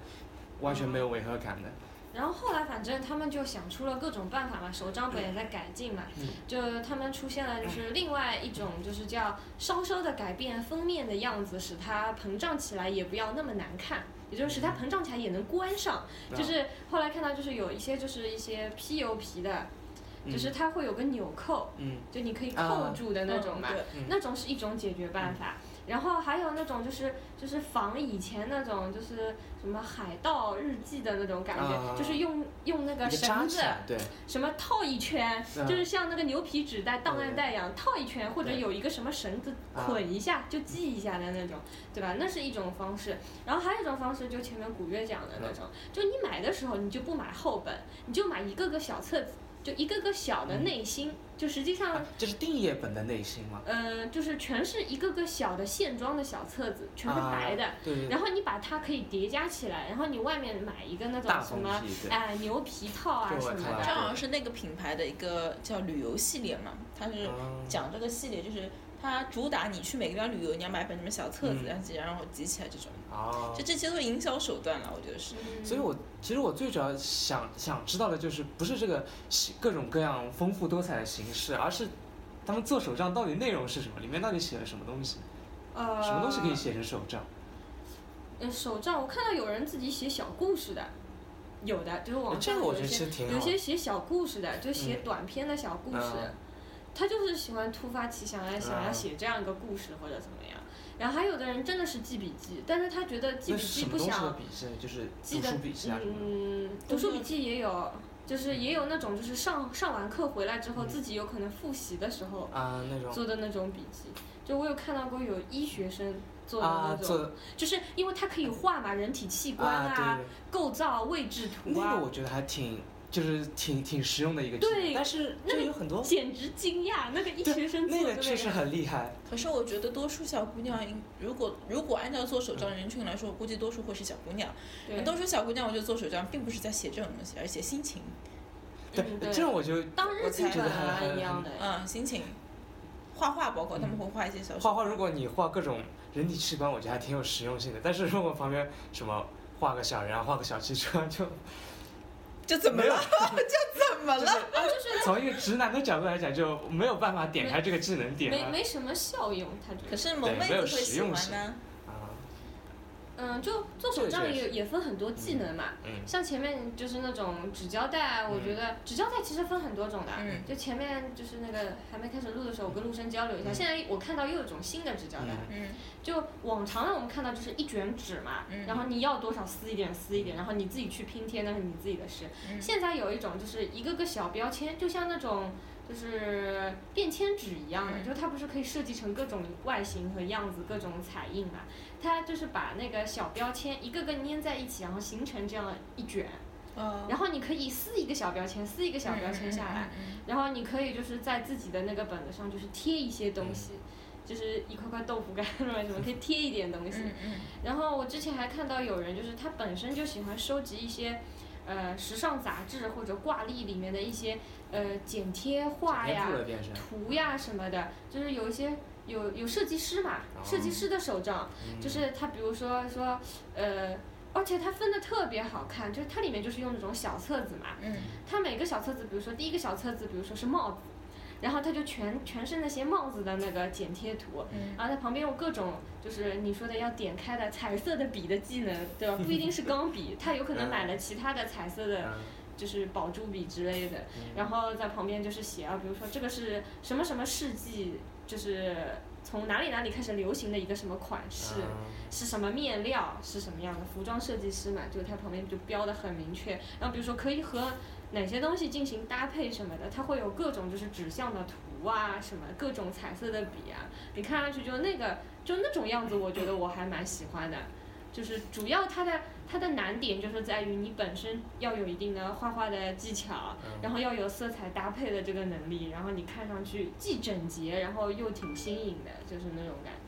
Speaker 3: 完全没有违和感的。
Speaker 2: 然后后来反正他们就想出了各种办法嘛，手账本也在改进嘛，
Speaker 3: 嗯
Speaker 2: 就他们出现了就是另外一种就是叫稍稍的改变封面的样子，使它膨胀起来也不要那么难看。也就是使它膨胀起来也能关上，
Speaker 3: 嗯啊
Speaker 2: 就是后来看到就是有一些就是一些 PU 皮的，
Speaker 3: 嗯
Speaker 2: 就是它会有个纽扣，
Speaker 3: 嗯
Speaker 2: 就你可以扣
Speaker 3: 啊
Speaker 2: 住的那种嘛，
Speaker 1: 对
Speaker 3: 嗯
Speaker 2: 那种是一种解决办法。然后还有那种就是就是仿以前那种就是什么海盗日记的那种感觉，
Speaker 3: 啊
Speaker 2: 就是用用那
Speaker 3: 一个
Speaker 2: 个
Speaker 3: 扎
Speaker 2: 绳
Speaker 3: 起
Speaker 2: 子
Speaker 3: 来，对，
Speaker 2: 什么套一圈，
Speaker 3: 嗯
Speaker 2: 就是像那个牛皮纸袋、档案
Speaker 3: 对
Speaker 2: 袋一样套一圈，或者
Speaker 3: 对
Speaker 2: 有一个什么绳子
Speaker 3: 啊
Speaker 2: 捆一下就系一下的那种，对吧？那是一种方式。然后还有一种方式，就前面古月讲的那种，
Speaker 3: 嗯
Speaker 2: 就你买的时候你就不买厚本，你就买一个个小册子，就一个个小的内心，就实际上
Speaker 3: 嗯啊这是定页本的内心吗？
Speaker 2: 呃，就是全是一个个小的线装的小册子，全是白的。
Speaker 3: 啊、对对对，
Speaker 2: 然后你把它可以叠加起来，然后你外面买一个那种
Speaker 3: 大
Speaker 2: 什
Speaker 3: 封
Speaker 2: 么
Speaker 3: 皮对。
Speaker 2: 哎、牛皮套啊
Speaker 3: 对我
Speaker 2: 什么
Speaker 3: 看
Speaker 1: 这
Speaker 3: 到
Speaker 2: 的。
Speaker 1: 好像是那个品牌的一个叫旅游系列嘛，它是
Speaker 3: 嗯
Speaker 1: 讲这个系列就是它主打你去每个地方旅游，你要买本什么小册子，
Speaker 3: 嗯
Speaker 1: 然后集然后集起来这种，
Speaker 3: 哦
Speaker 1: 就，这些都是营销手段了，我觉得是。
Speaker 2: 嗯
Speaker 3: 所以我其实我最主要想想知道的就是不是这个形各种各样丰富多彩的形式，而是他们做手账到底内容是什么，里面到底写了什么东西，
Speaker 2: 呃，
Speaker 3: 什么东西可以？写成手账？
Speaker 2: 呃，手账我看到有人自己写小故事的，有的就是网
Speaker 3: 哎这
Speaker 2: 上
Speaker 3: 个我
Speaker 2: 有
Speaker 3: 觉
Speaker 2: 一
Speaker 3: 得其
Speaker 2: 些
Speaker 3: 实挺好
Speaker 2: 呃有
Speaker 3: 的。
Speaker 2: 些写小故事的，就写
Speaker 3: 嗯
Speaker 2: 短篇的小故事
Speaker 3: 嗯，
Speaker 2: 他就是喜欢突发奇想，哎，想要
Speaker 3: 嗯
Speaker 2: 写这样一个故事或者怎么样。然后还有的人真的是记笔记，但是他觉得记
Speaker 3: 嗯那
Speaker 2: 笔
Speaker 3: 是
Speaker 2: 记
Speaker 3: 什么
Speaker 2: 不
Speaker 3: 东西
Speaker 2: 想
Speaker 3: 的笔记呢？就是
Speaker 2: 记
Speaker 3: 读
Speaker 2: 得
Speaker 3: 书笔记啊什么的。
Speaker 2: 嗯，读书笔记也有，就是也有那种就是上上完课回来之后，
Speaker 3: 嗯
Speaker 2: 自己有可能复习的时候
Speaker 3: 啊，那种
Speaker 2: 做的那种笔记。就我有看到过有医学生做的
Speaker 3: 啊
Speaker 2: 那
Speaker 3: 做
Speaker 2: 种，
Speaker 3: 的
Speaker 2: 就是因为它可以画嘛，人体器官
Speaker 3: 啊，对对
Speaker 2: 构造位置
Speaker 3: 对，
Speaker 2: 图
Speaker 3: 那
Speaker 2: 啊
Speaker 3: 个，我觉得还挺就是挺挺实用的一个技能
Speaker 2: 对
Speaker 3: 但是
Speaker 2: 那
Speaker 3: 这
Speaker 2: 个
Speaker 3: 有很 多
Speaker 2: 简直惊讶！那个医
Speaker 3: 对
Speaker 2: 学生做
Speaker 3: 那
Speaker 2: 的
Speaker 3: 个确实
Speaker 2: 个，
Speaker 3: 很厉害，
Speaker 1: 可是我觉得多数小姑娘应，如果如果按照做手账
Speaker 3: 嗯
Speaker 1: 的人群来说，我估计多数会是小姑娘。
Speaker 2: 对，
Speaker 1: 多数小姑娘，我觉得做手账并不是在写这种东西，而写心情，
Speaker 3: 对
Speaker 2: 嗯，对
Speaker 3: 这种我就
Speaker 2: 当日记
Speaker 1: 我才
Speaker 2: 本啊
Speaker 3: 觉得很
Speaker 2: 一样的。
Speaker 1: 嗯，心情，画画包括他们会画一些小手
Speaker 3: 嗯画画，如果你画各种人体器官，我觉得还挺有实用性的。但是如果旁边什么画个小人啊，画个小汽车， 就
Speaker 1: 这怎么
Speaker 3: 没有
Speaker 1: 了？，怎么
Speaker 3: 就
Speaker 1: 了？
Speaker 3: 是从一个直男的角度来讲，就没有办法点开这个技能点
Speaker 2: 没
Speaker 3: 啊。
Speaker 2: 没什么效用，他觉得
Speaker 1: 可。是萌妹
Speaker 3: 对没
Speaker 1: 子
Speaker 3: 有
Speaker 1: 会
Speaker 3: 实
Speaker 1: 喜
Speaker 3: 用
Speaker 1: 欢
Speaker 3: 性
Speaker 1: 呢。
Speaker 3: 啊，
Speaker 2: 嗯，就做手
Speaker 3: 这
Speaker 2: 账
Speaker 3: 确
Speaker 2: 也也分很多技能嘛，
Speaker 3: 嗯，
Speaker 2: 像前面就是那种纸胶带，啊我觉得纸胶带其实分很多种的。
Speaker 1: 嗯
Speaker 2: 就前面就是那个还没开始录的时候，我跟陆生交流一下，
Speaker 3: 嗯
Speaker 2: 现在我看到又有一种新的纸胶带。
Speaker 3: 嗯
Speaker 1: 嗯，
Speaker 2: 就往常的我们看到就是一卷纸嘛，
Speaker 1: 嗯
Speaker 2: 然后你要多少撕一点撕一点，然后你自己去拼贴那是你自己的事。
Speaker 1: 嗯
Speaker 2: 现在有一种就是一个个小标签，就像那种就是便签纸一样的，
Speaker 1: 嗯
Speaker 2: 就它不是可以设计成各种外形和样子、各种彩印嘛？它就是把那个小标签一个个粘在一起，然后形成这样一卷，
Speaker 1: 哦
Speaker 2: 然后你可以撕一个小标签，撕一个小标签下来，，
Speaker 1: 嗯嗯嗯嗯
Speaker 2: 然后你可以就是在自己的那个本子上就是贴一些东西，就是一块块豆腐干啊什么，可以贴一点东西。
Speaker 1: 嗯嗯
Speaker 2: 然后我之前还看到有人就是他本身就喜欢收集一些。呃，时尚杂志或者挂历里面的一些呃剪贴画
Speaker 3: 粘
Speaker 2: 呀
Speaker 3: 住、了变啊成。
Speaker 2: 图呀什么的，就是有一些有有设计师嘛，
Speaker 3: 哦
Speaker 2: 设计师的手账，
Speaker 3: 嗯
Speaker 2: 就是它，比如说说，呃，而且它分的特别好看，就是它里面就是用那种小册子嘛，
Speaker 1: 嗯
Speaker 2: 它每个小册子，比如说第一个小册子，比如说是帽子，然后它就全全是那些帽子的那个剪贴图，
Speaker 1: 嗯
Speaker 2: 然后在旁边有各种就是你说的要点开的彩色的笔的技能，对吧？不一定是钢笔，他有可能买了其他的彩色的，
Speaker 3: 嗯
Speaker 2: 就是宝珠笔之类的，然后在旁边就是写啊，比如说这个是什么什么世纪，就是从哪里哪里开始流行的一个什么款
Speaker 3: 嗯
Speaker 2: 式。
Speaker 3: 啊
Speaker 2: 是什么面料，是什么样的服装设计师嘛，就是它旁边就标的很明确。然后比如说可以和哪些东西进行搭配什么的，它会有各种就是指向的图啊，什么各种彩色的笔啊，你看上去就那个就那种样子，我觉得我还蛮喜欢的。就是主要它的它的难点就是在于你本身要有一定的画画的技巧，
Speaker 3: 嗯
Speaker 2: 然后要有色彩搭配的这个能力，然后你看上去既整洁，然后又挺新颖的，就是那种感觉。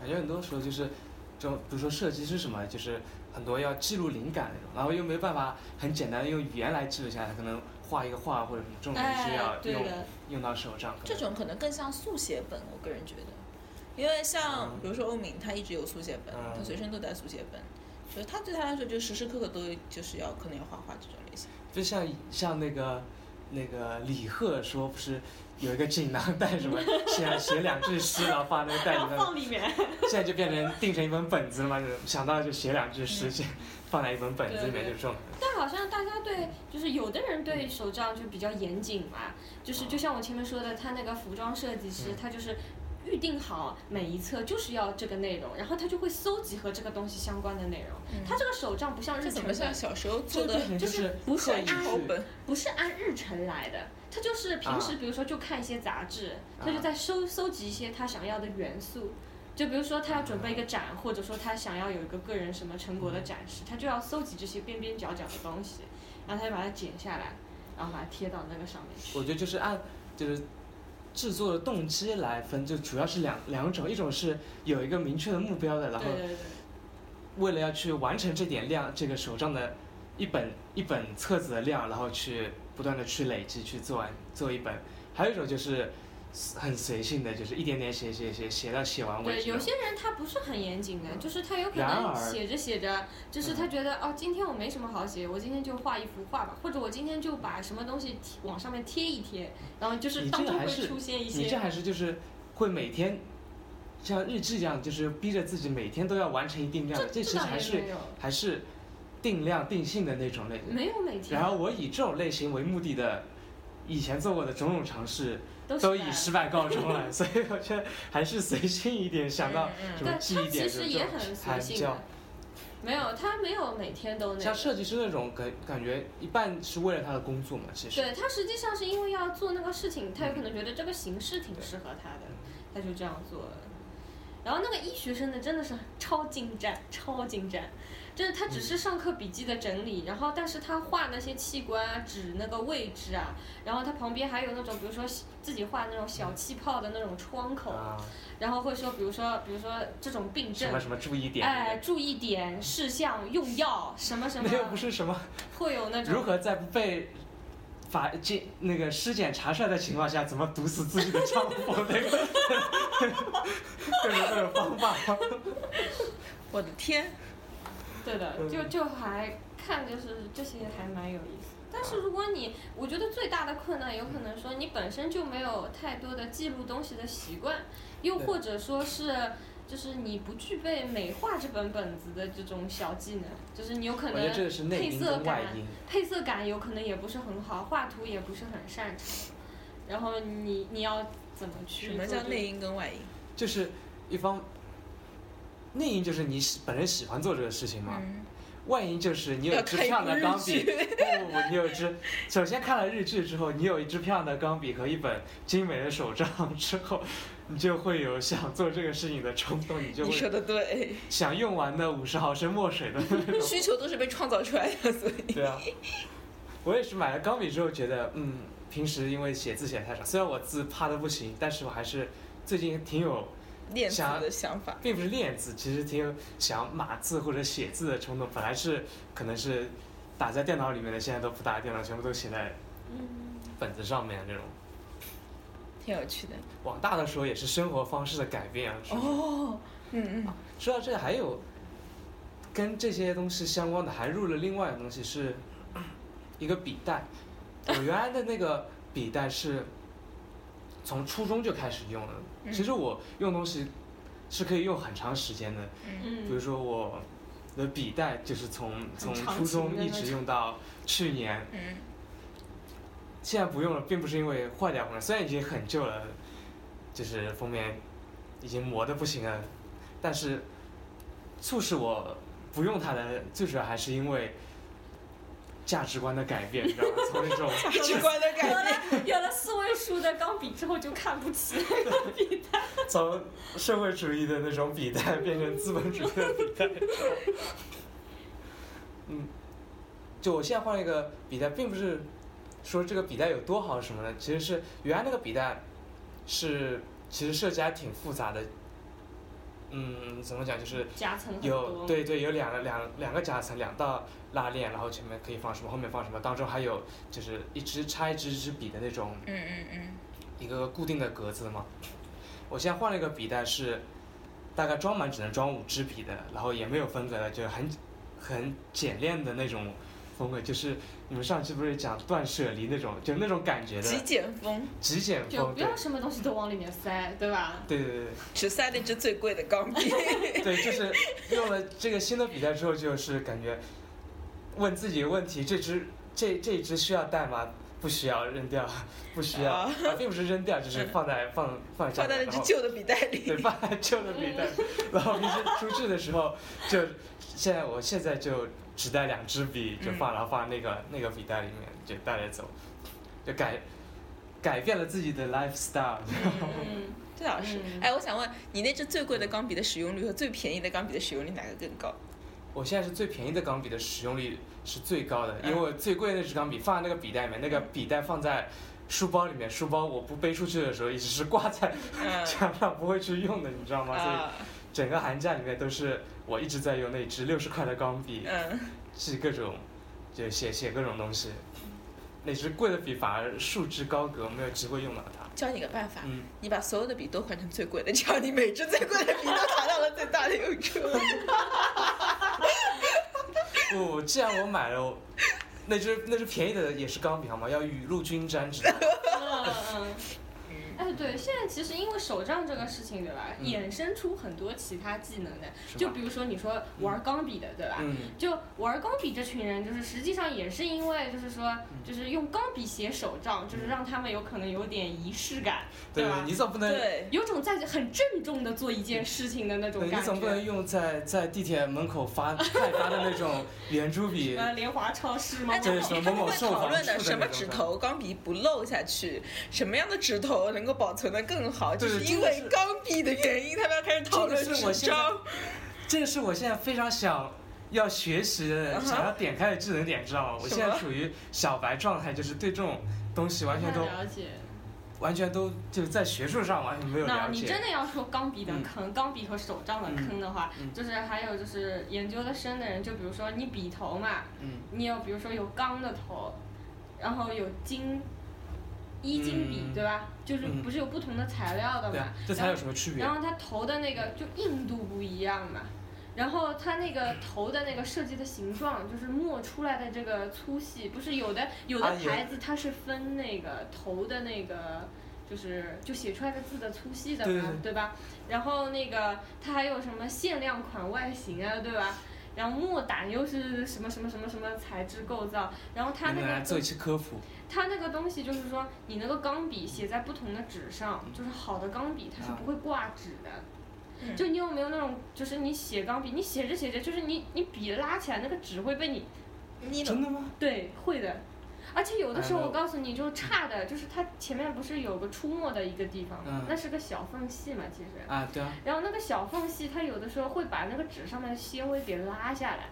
Speaker 3: 感觉很多时候就是这种，比如说设计师什么，就是很多要记录灵感那种，然后又没办法很简单的用语言来记录下来，可能画一个画或者什么，这种东
Speaker 1: 哎
Speaker 3: 西嗯要，
Speaker 1: 对
Speaker 3: 用、
Speaker 1: 的，
Speaker 3: 用到手上。可
Speaker 1: 这
Speaker 3: 能
Speaker 1: 种可能更像速写本，我个人觉得，因为像
Speaker 3: 嗯
Speaker 1: 比如说欧敏，他一直有速写本，
Speaker 3: 嗯
Speaker 1: 他随身都带速写本，就是他对他来说就时时刻刻都就是要可能要画画这种类型。
Speaker 3: 就像像那个那个李贺说，不是有一个锦囊袋 什么，写写两句诗，然后放那个袋
Speaker 2: 然后
Speaker 3: 子上，
Speaker 2: 放里面，
Speaker 3: 现在就变成定成一本本子了嘛，就是想到就写两句
Speaker 2: 嗯
Speaker 3: 诗，就放在一本本子里面，
Speaker 1: 对对
Speaker 3: 就是这种。
Speaker 2: 但好像大家对，就是有的人对手账就比较严谨嘛，就是就像我前面说的，他那个服装设计师
Speaker 3: 嗯，
Speaker 2: 他就是预定好每一册就是要这个内容，然后他就会搜集和这个东西相关的内容。他这个手账不像
Speaker 1: 这
Speaker 2: 日
Speaker 1: 怎
Speaker 2: 程
Speaker 1: 么
Speaker 2: 的，
Speaker 1: 像小时候
Speaker 3: 这
Speaker 1: 做的
Speaker 3: 个变成
Speaker 2: 就是不是
Speaker 1: 手
Speaker 3: 刻
Speaker 2: 按
Speaker 3: 意去
Speaker 1: 抄本？
Speaker 2: 不是按日程来的，他
Speaker 3: 啊
Speaker 2: 就是平时，比如说就看一些杂志，他就在收收集一些他想要的元素。就比如说他要准备一个展，或者说他想要有一个个人什么成果的展示，他就要搜集这些边边角角的东西，然后他就把它剪下来，然后把它贴到那个上面去。
Speaker 3: 我觉得就是按就是制作的动机来分，就主要是两两种，一种是有一个明确的目标的，然后
Speaker 2: 对对对，
Speaker 3: 为了要去完成这点量，这个手账的一本一本册子的量，然后去不断的去累积去做完做一本，还有一种就是很随性的，就是一点点写写写写到写完为
Speaker 2: 对，
Speaker 3: 止
Speaker 2: 有。些人他不是很严谨的，就是他有可
Speaker 3: 啊嗯然
Speaker 2: 能
Speaker 3: 而嗯
Speaker 2: 写着写着，就是他觉得、哦，今天我没什么好写，我今天就画一幅画吧，或者我今天就把什么东西贴往上面贴一贴，然后就是
Speaker 3: 你
Speaker 2: 当
Speaker 3: 这
Speaker 2: 中
Speaker 3: 还
Speaker 2: 会
Speaker 3: 是
Speaker 2: 出现一
Speaker 3: 你这
Speaker 2: 些。
Speaker 3: 还是就是会每天像日志这样，就是逼着自己每天都要完成一定量的，这
Speaker 2: 这
Speaker 3: 其
Speaker 2: 这
Speaker 3: 实
Speaker 2: 倒
Speaker 3: 还
Speaker 2: 也
Speaker 3: 是
Speaker 2: 没有，
Speaker 3: 还是定量定性的那种类型。
Speaker 2: 没有每天
Speaker 3: 然后我以这种类型为目的的，以前做过的种种尝试，
Speaker 2: 都
Speaker 3: 都
Speaker 2: 是
Speaker 3: 以失败告终了。所 以我觉得还是随性一点，想到
Speaker 1: 嗯
Speaker 3: 什
Speaker 2: 对
Speaker 3: 么
Speaker 2: 他
Speaker 3: 记忆点
Speaker 2: 其
Speaker 3: 什
Speaker 2: 实
Speaker 3: 么
Speaker 2: 也
Speaker 3: 这种
Speaker 2: 很随
Speaker 3: 还
Speaker 2: 性
Speaker 3: 叫
Speaker 2: 的，没有他没有每天都那
Speaker 3: 像
Speaker 2: 个。
Speaker 3: 设计师那种感感觉，一半是为了他的工作嘛，其实。
Speaker 2: 对他实际上是因为要做那个事情，他有可能觉得这个形式挺适合他的，他就这样做了。然后那个医学生的真的是超精湛，超精湛，就是他只
Speaker 3: 嗯
Speaker 2: 是上课笔记的整理，然后但是他画那些器官啊、指那个位置啊，然后他旁边还有那种比如说自己画那种小气泡的那种窗口，
Speaker 3: 啊，
Speaker 2: 然后会说比如说比如说这种病
Speaker 3: 什
Speaker 2: 症
Speaker 3: 么，什么注意点，
Speaker 2: 哎，注意点、事项、用药什么什么
Speaker 3: 那，又不是什么
Speaker 2: 会有那种
Speaker 3: 如何在不被法检那个尸检查出来的情况下，怎么毒死自己的丈夫？ 那个各种各种方法。
Speaker 1: 我的天！
Speaker 2: 对的，
Speaker 3: 嗯
Speaker 2: 就就还看就是这些还蛮有意思。但
Speaker 3: 啊
Speaker 2: 是如果你，我觉得最大的困难有可能说你本身就没有太多的记录东西的习惯，又
Speaker 3: 对
Speaker 2: 或者说是就是你不具备美化这本本子的这种小技能，就是你有可
Speaker 3: 我觉得
Speaker 2: 能
Speaker 3: 这个是内因跟外因。
Speaker 2: 配色感有可能也不是很好，画图也不是很擅长，然后你你要怎么去
Speaker 1: 什么
Speaker 2: 做
Speaker 1: 叫
Speaker 2: 这
Speaker 1: 内因跟外因？
Speaker 3: 就是一方内因就是你喜本人喜欢做这个事情嘛，
Speaker 1: 嗯，
Speaker 3: 外因就是你有
Speaker 1: 要
Speaker 3: 一支
Speaker 1: 看一
Speaker 3: 漂
Speaker 1: 部
Speaker 3: 亮的钢
Speaker 1: 日
Speaker 3: 笔，
Speaker 1: 剧。
Speaker 3: 不不不，你有一支。首先看了日剧之后，你有一支漂亮的钢笔和一本精美的手账之后，你就会有想做这个事情的冲动，你就
Speaker 1: 你
Speaker 3: 会
Speaker 1: 说的对，
Speaker 3: 想用完那五十毫升墨水的那 种。
Speaker 1: 需求都是被创造出来的，所以
Speaker 3: 对啊，我也是买了钢笔之后觉得，嗯，平时因为写字写得太少，虽然我字怕的不行，但是我还是最近挺有
Speaker 1: 练字
Speaker 3: 想
Speaker 1: 的想法。
Speaker 3: 并不是练字，其实挺有想码字或者写字的冲动。本来是可能是打在电脑里面的，现在都不打在电脑，全部都写在
Speaker 2: 嗯，
Speaker 3: 本子上面这种。
Speaker 1: 挺有趣的
Speaker 3: 往大的说，也是生活方式的改变啊。是吧
Speaker 1: 哦，嗯嗯，
Speaker 3: 说到这个，还有跟这些东西相关的，还入了另外的东西，是一个笔袋。我原来的那个笔袋是从初中就开始用了。
Speaker 1: 嗯
Speaker 3: 其实我用东西是可以用很长时间的，比如
Speaker 2: 嗯，
Speaker 3: 说我的笔袋就是从从
Speaker 2: 长
Speaker 3: 初
Speaker 2: 期
Speaker 3: 中
Speaker 2: 的
Speaker 3: 一
Speaker 2: 那
Speaker 3: 直
Speaker 2: 种
Speaker 3: 用到去年，
Speaker 1: 嗯，
Speaker 3: 现在不用了，并不是因为坏掉或者虽然已经很旧了，就是封面已经磨的不行了，但是促使我不用它的最主要还是因为价值观的改变，你知道吗？从 那种
Speaker 1: 价值观的
Speaker 2: 有
Speaker 1: 改变，
Speaker 2: 了有了四位数的钢笔之后就看不起
Speaker 3: 从社会主义的那种笔袋变成资本主义的笔 袋。嗯，就我现在换了一个笔袋，并不是说这个笔袋有多好什么的，其实是原来那个笔袋是其实设计还挺复杂的，嗯，怎么讲就是
Speaker 2: 夹层很
Speaker 3: 有
Speaker 2: 多，
Speaker 3: 对对有两个两两个夹层，两道拉链，然后前面可以放什么，后面放什么，当中还有就是一支插一支支笔的那种
Speaker 1: 嗯嗯嗯，
Speaker 3: 一个固定的格子嘛。我现在换了一个笔袋是，大概装满只能装五支笔的，然后也没有分隔的，就很很简练的那种风格，就是你们上期不是讲断舍离那种，就那种感觉的
Speaker 1: 极简风，
Speaker 3: 极简
Speaker 2: 就
Speaker 3: 风，
Speaker 2: 不
Speaker 3: 对
Speaker 2: 要什么东西都往里面塞，对吧？
Speaker 3: 对对对
Speaker 1: 只塞那支最贵的钢 笔。
Speaker 3: 对，对就是用了这个新的笔袋之后，就是感觉问自己问题，这支这这支需要带吗？不需要，扔掉，不需要，
Speaker 1: 啊
Speaker 3: 啊、并不是扔掉，就是放在放放下
Speaker 1: 放
Speaker 3: 面，
Speaker 1: 在那
Speaker 3: 然
Speaker 1: 只
Speaker 3: 后
Speaker 1: 旧的笔袋
Speaker 3: 对，
Speaker 1: 里。
Speaker 3: 放在旧的笔 袋，然后平时出去的时候就，现在我现在就只带两支笔，就放，然后放那个那个笔袋里面，就带着走，就改改变了自己的 lifestyle。
Speaker 2: 嗯，
Speaker 1: 这倒是
Speaker 2: 嗯。
Speaker 1: 哎，我想问你，那支最贵的钢笔的使用率和最便宜的钢笔的使用率哪个更 高？
Speaker 3: 我现在是最便宜的钢笔的使用率是最高
Speaker 1: 嗯
Speaker 3: 的，因为我最贵的那支钢笔放在那个笔袋里面，那个笔袋放在书包里面，书包我不背出去的时候一直是挂在
Speaker 1: 嗯
Speaker 3: 墙上不会去用的，你知道吗？所以
Speaker 1: 啊，
Speaker 3: 整个寒假里面都是我一直在用那支六十块的钢笔。
Speaker 1: 嗯，
Speaker 3: 是各种，就写写各种东西。那支贵的笔反而束之高阁，没有机会用到它。
Speaker 1: 教你个办法，
Speaker 3: 嗯，
Speaker 1: 你把所有的笔都换成最贵的，这样你每支最贵的笔都达到了最大的用 处。
Speaker 3: 不，既然我买了， 我那支那支便宜的也是钢笔好吗？要雨露均沾，知道 吗？
Speaker 2: 嗯嗯
Speaker 1: 嗯，
Speaker 2: 哎，对，现在其实因为手账这个事情，对吧，
Speaker 3: 嗯
Speaker 2: 衍生出很多其他技能的，
Speaker 3: 是
Speaker 2: 就
Speaker 3: 吧
Speaker 2: 比如说你说玩钢笔的，对吧？
Speaker 3: 嗯，
Speaker 2: 就玩钢笔这群人，就是实际上也是因为，就是说，
Speaker 3: 嗯
Speaker 2: 就是用钢笔写手账，就是让他们有可能有点仪式感，
Speaker 3: 对
Speaker 2: 吧，？
Speaker 3: 你总不能，
Speaker 1: 对，
Speaker 2: 有种在很郑重的做一件事情的那种
Speaker 3: 对
Speaker 2: 感
Speaker 3: 你总不能
Speaker 2: 觉。
Speaker 3: 用在在地铁门口发派发的那 种圆珠笔，
Speaker 2: 呃，莲华超市 吗？
Speaker 1: 哎
Speaker 3: 这 是什么
Speaker 1: 他们
Speaker 3: 某
Speaker 1: 会
Speaker 3: 售
Speaker 1: 讨
Speaker 3: 房
Speaker 1: 论
Speaker 3: 处的
Speaker 1: 的什么
Speaker 3: 那
Speaker 1: 指
Speaker 3: 种。
Speaker 1: 头钢笔不漏下去，什么样的指头能够保存的更好，就
Speaker 3: 对
Speaker 1: 是
Speaker 3: 这
Speaker 1: 因
Speaker 3: 个
Speaker 1: 为
Speaker 3: 是
Speaker 1: 钢笔的原因，他们要开始讨论
Speaker 3: 这个是我
Speaker 1: 纸
Speaker 3: 现在
Speaker 1: 张。
Speaker 3: 这个是我现在非常想要学习的、
Speaker 2: 嗯
Speaker 1: 啊哈
Speaker 3: 想要点开的技能点，知道吗？我
Speaker 1: 什
Speaker 3: 现在
Speaker 1: 么
Speaker 3: 处于小白状态，就是对这种东西完全都
Speaker 2: 了解。
Speaker 3: 完全都就是在学术上完全没有
Speaker 2: 那
Speaker 3: 了
Speaker 2: 你
Speaker 3: 解
Speaker 2: 真。的要说钢笔的
Speaker 3: 嗯
Speaker 2: 坑，钢笔和手账的坑的话，
Speaker 3: 嗯嗯
Speaker 2: 就是还有就是研究的深的人，就比如说你笔头嘛，
Speaker 3: 嗯，
Speaker 2: 你有比如说有钢的头，然后有金，一金笔、
Speaker 3: 嗯
Speaker 2: 对吧？就是
Speaker 3: 嗯
Speaker 2: 不是有不同的材料的
Speaker 3: 对
Speaker 2: 嘛
Speaker 3: 啊，，这才有什么区
Speaker 2: 嗯
Speaker 3: 别
Speaker 2: 然？后它头的那个就硬度不一样嘛，然后它那个头的那个设计的形状，就是墨出来的这个粗细，不是有的有的
Speaker 3: 啊有
Speaker 2: 牌子它是分那个头的那个。就是就写出来的字的粗细的
Speaker 3: 对
Speaker 2: 嘛对
Speaker 3: 对，
Speaker 2: 吧？然后那个它还有什么限量款外形啊，对吧？然后墨胆又是什么什么什么什么材质构造，然后它那
Speaker 3: 你们
Speaker 2: 个
Speaker 3: 来做一期科普。
Speaker 2: 它那个东西就是说，你那个钢笔写在不同的纸上，就是好的钢笔它是
Speaker 3: 啊
Speaker 2: 不会挂纸的。
Speaker 1: 嗯
Speaker 2: 就你有没有那种，就是你写钢笔，你写着写着，就是你你笔拉起来，那个纸会被你
Speaker 1: 你
Speaker 3: 真的吗？
Speaker 2: 对会的。而且有的时候
Speaker 3: 哎
Speaker 2: 我
Speaker 3: 我
Speaker 2: 告诉你，就差的就是它前面不是有个出墨的一个地方吗
Speaker 3: 嗯？
Speaker 2: 那是个小缝隙嘛，其实。
Speaker 3: 啊，对啊，
Speaker 2: 然后那个小缝隙，它有的时候会把那个纸上面的纤维给拉下来。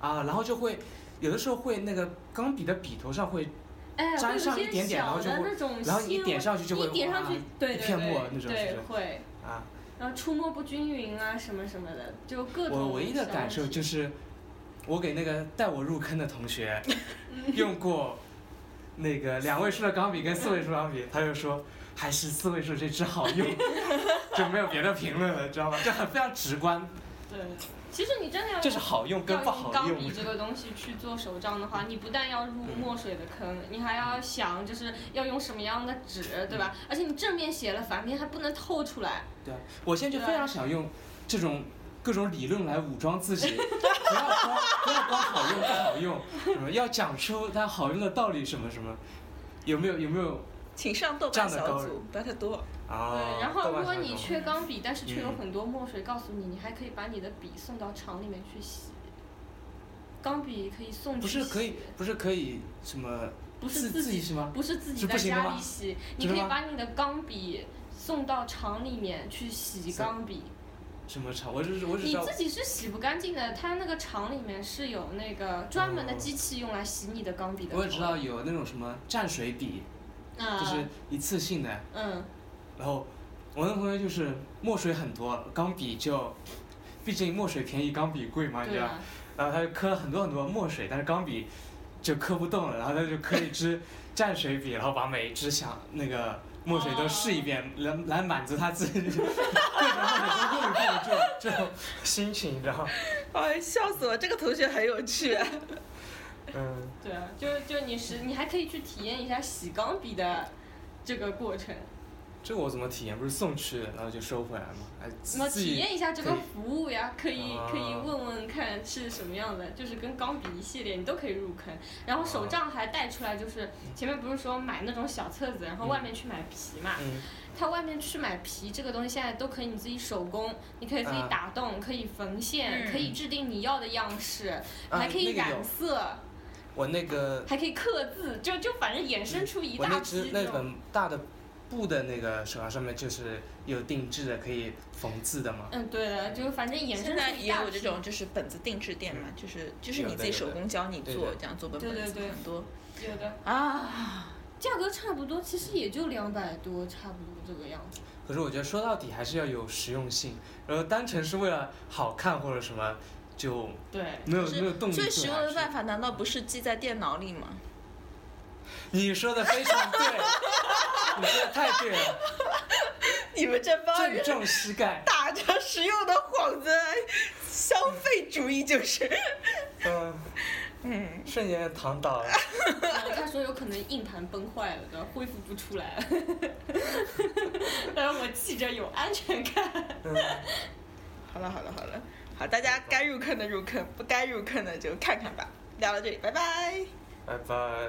Speaker 3: 啊，然后就会有的时候会那个钢笔的笔头上会
Speaker 2: 哎，
Speaker 3: 沾
Speaker 2: 会有
Speaker 3: 上一
Speaker 2: 些
Speaker 3: 点点然
Speaker 2: 小
Speaker 3: 后就
Speaker 2: 的
Speaker 3: 会
Speaker 2: 那种
Speaker 3: 然后你
Speaker 2: 纤
Speaker 3: 点
Speaker 2: 维
Speaker 3: 上去就
Speaker 2: 啊一
Speaker 3: 会
Speaker 2: 点上
Speaker 3: 哇
Speaker 2: 去，对
Speaker 3: 一
Speaker 2: 对
Speaker 3: 片
Speaker 2: 对
Speaker 3: 墨那种
Speaker 2: 对
Speaker 3: 是不是
Speaker 2: 会。
Speaker 3: 啊。
Speaker 2: 然后触摸不均匀啊，什么什么的，就各种。
Speaker 3: 我唯一的感受就，是，我给那个带我入坑的同学
Speaker 2: 嗯
Speaker 3: 用过那个两位数的钢笔跟四位数 钢笔，他就说还是四位数这支好用，就没有别的评论了，知道吗？这很非常直观，
Speaker 2: 对，其实你真的要
Speaker 3: 这是好用跟
Speaker 2: 要
Speaker 3: 不
Speaker 2: 用
Speaker 3: 好
Speaker 2: 钢
Speaker 3: 用。嗯
Speaker 2: 笔这个东西去做手账的话，你不但要入墨水的坑，你还要想就是要用什么样的纸，对
Speaker 3: 嗯
Speaker 2: 吧？而且你正面写了，反面还不能透出来。
Speaker 3: 对啊，我现在就非常想用这种各种理论来武装自己， 不要光不要光好用不好用，什么要讲出它好用的道理什么什么，有没有有没有
Speaker 1: 请上豆
Speaker 3: 这
Speaker 1: 瓣
Speaker 3: 样的
Speaker 1: 小
Speaker 3: 高
Speaker 1: 组，不要太多。
Speaker 3: 啊？
Speaker 2: 对，然后
Speaker 3: 豆
Speaker 2: 如
Speaker 3: 瓣
Speaker 2: 果
Speaker 3: 上
Speaker 2: 你
Speaker 3: 有
Speaker 2: 缺钢笔，但是却有
Speaker 3: 嗯
Speaker 2: 很多墨水，告诉你，你还可以把你的笔送到厂里面去洗。钢笔可以送去
Speaker 3: 不是可以
Speaker 2: 洗
Speaker 3: 不是可以什么
Speaker 2: 不是
Speaker 3: 自
Speaker 2: 自己
Speaker 3: 己是吗？
Speaker 2: 不是自己
Speaker 3: 是
Speaker 2: 在
Speaker 3: 不行的
Speaker 2: 家
Speaker 3: 吗
Speaker 2: 里洗，你
Speaker 3: 真
Speaker 2: 可
Speaker 3: 的
Speaker 2: 以
Speaker 3: 吗
Speaker 2: 把你的钢笔送到厂里面去洗
Speaker 3: 是
Speaker 2: 钢笔。
Speaker 3: 什么厂？我只是我只
Speaker 2: 你
Speaker 3: 知道
Speaker 2: 自己是洗不干净的，它那个厂里面是有那个专门的
Speaker 3: 哦
Speaker 2: 机器用来洗你的钢笔的。
Speaker 3: 我也知道，有那种什么蘸水笔，
Speaker 2: 啊，
Speaker 3: 就是一次性的，
Speaker 2: 嗯，
Speaker 3: 然后。我那朋友就是墨水很多，钢笔就，毕竟墨水便宜，钢笔贵嘛，你知
Speaker 2: 对
Speaker 3: 道。
Speaker 2: 啊，
Speaker 3: 然后他就磕了很多很多墨水，但是钢笔就磕不动了，然后他就磕一支蘸水笔，然后把每一支想那个墨水都试一遍，来来满足他自己各种墨水都用一遍的这种这种心情，你知道吗？
Speaker 1: 哎，笑死我！这个同学很有趣。啊
Speaker 3: 嗯，
Speaker 2: 对啊，就就你是你还可以去体验一下洗钢笔的这个过程，
Speaker 3: 这我怎么体验？不是送去的，然后就收回来嘛，哎，
Speaker 2: 那么
Speaker 3: 自
Speaker 2: 体
Speaker 3: 己
Speaker 2: 验一下这个
Speaker 3: 可以
Speaker 2: 服务呀，可以
Speaker 3: 啊
Speaker 2: 可以问问看是什么样的，就是跟钢笔一系列你都可以入坑，然后
Speaker 3: 哦
Speaker 2: 手账还带出来，就是前面不是说买那种小册子，然后外面去买皮嘛，
Speaker 3: 嗯
Speaker 2: 它外面去买皮这个东西现在都可以你自己手工，你可以自己
Speaker 3: 啊
Speaker 2: 打洞，可以缝线，
Speaker 1: 嗯
Speaker 2: 可以制定你要的样式，
Speaker 3: 啊
Speaker 2: 还可以
Speaker 3: 那个有
Speaker 2: 染色，
Speaker 3: 我那个
Speaker 2: 还可以刻字，就就反正衍生出一
Speaker 3: 嗯我
Speaker 2: 大
Speaker 3: 那只
Speaker 2: 批这
Speaker 3: 那
Speaker 2: 种。
Speaker 3: 本大的布的那个手环上面就是有定制的，可以缝字的嘛。
Speaker 2: 嗯，对的，就反正衍生
Speaker 1: 现
Speaker 2: 出
Speaker 1: 在
Speaker 2: 一
Speaker 1: 也
Speaker 2: 大
Speaker 1: 有这
Speaker 2: 批
Speaker 1: 种就是本子定制店嘛，就是就是
Speaker 3: 有
Speaker 1: 你
Speaker 3: 的
Speaker 1: 自己
Speaker 3: 有
Speaker 1: 手
Speaker 3: 的
Speaker 1: 工教你
Speaker 3: 对
Speaker 1: 做
Speaker 3: 的
Speaker 1: 这样做本
Speaker 2: 对
Speaker 1: 本
Speaker 2: 对
Speaker 1: 子
Speaker 2: 对
Speaker 1: 很多
Speaker 2: 有的。
Speaker 1: 啊。
Speaker 2: 价格差不多，其实也就两百多，差不多这个样子。
Speaker 3: 可是我觉得说到底还是要有实用性，然后单纯是为了好看或者什么，就
Speaker 2: 对，
Speaker 3: 没有
Speaker 1: 是
Speaker 3: 没有动力做
Speaker 1: 最
Speaker 3: 下去。
Speaker 1: 实用的办法难道不是记在电脑里吗？
Speaker 3: 你说的非常对，你说的太对了，
Speaker 1: 你们这帮
Speaker 3: 正
Speaker 1: 人
Speaker 3: 中膝盖。
Speaker 1: 打着实用的幌子，消费主义就是。
Speaker 3: 嗯，
Speaker 1: 嗯，
Speaker 3: 瞬间躺倒了。
Speaker 2: 他说有可能硬盘崩坏了的，恢复不出来 了。但是我记着有安全感。
Speaker 3: 嗯，
Speaker 1: 好了好了好了，好，大家该入坑的入坑，不该入坑的就看看吧。聊到这里，拜拜。
Speaker 3: 拜拜。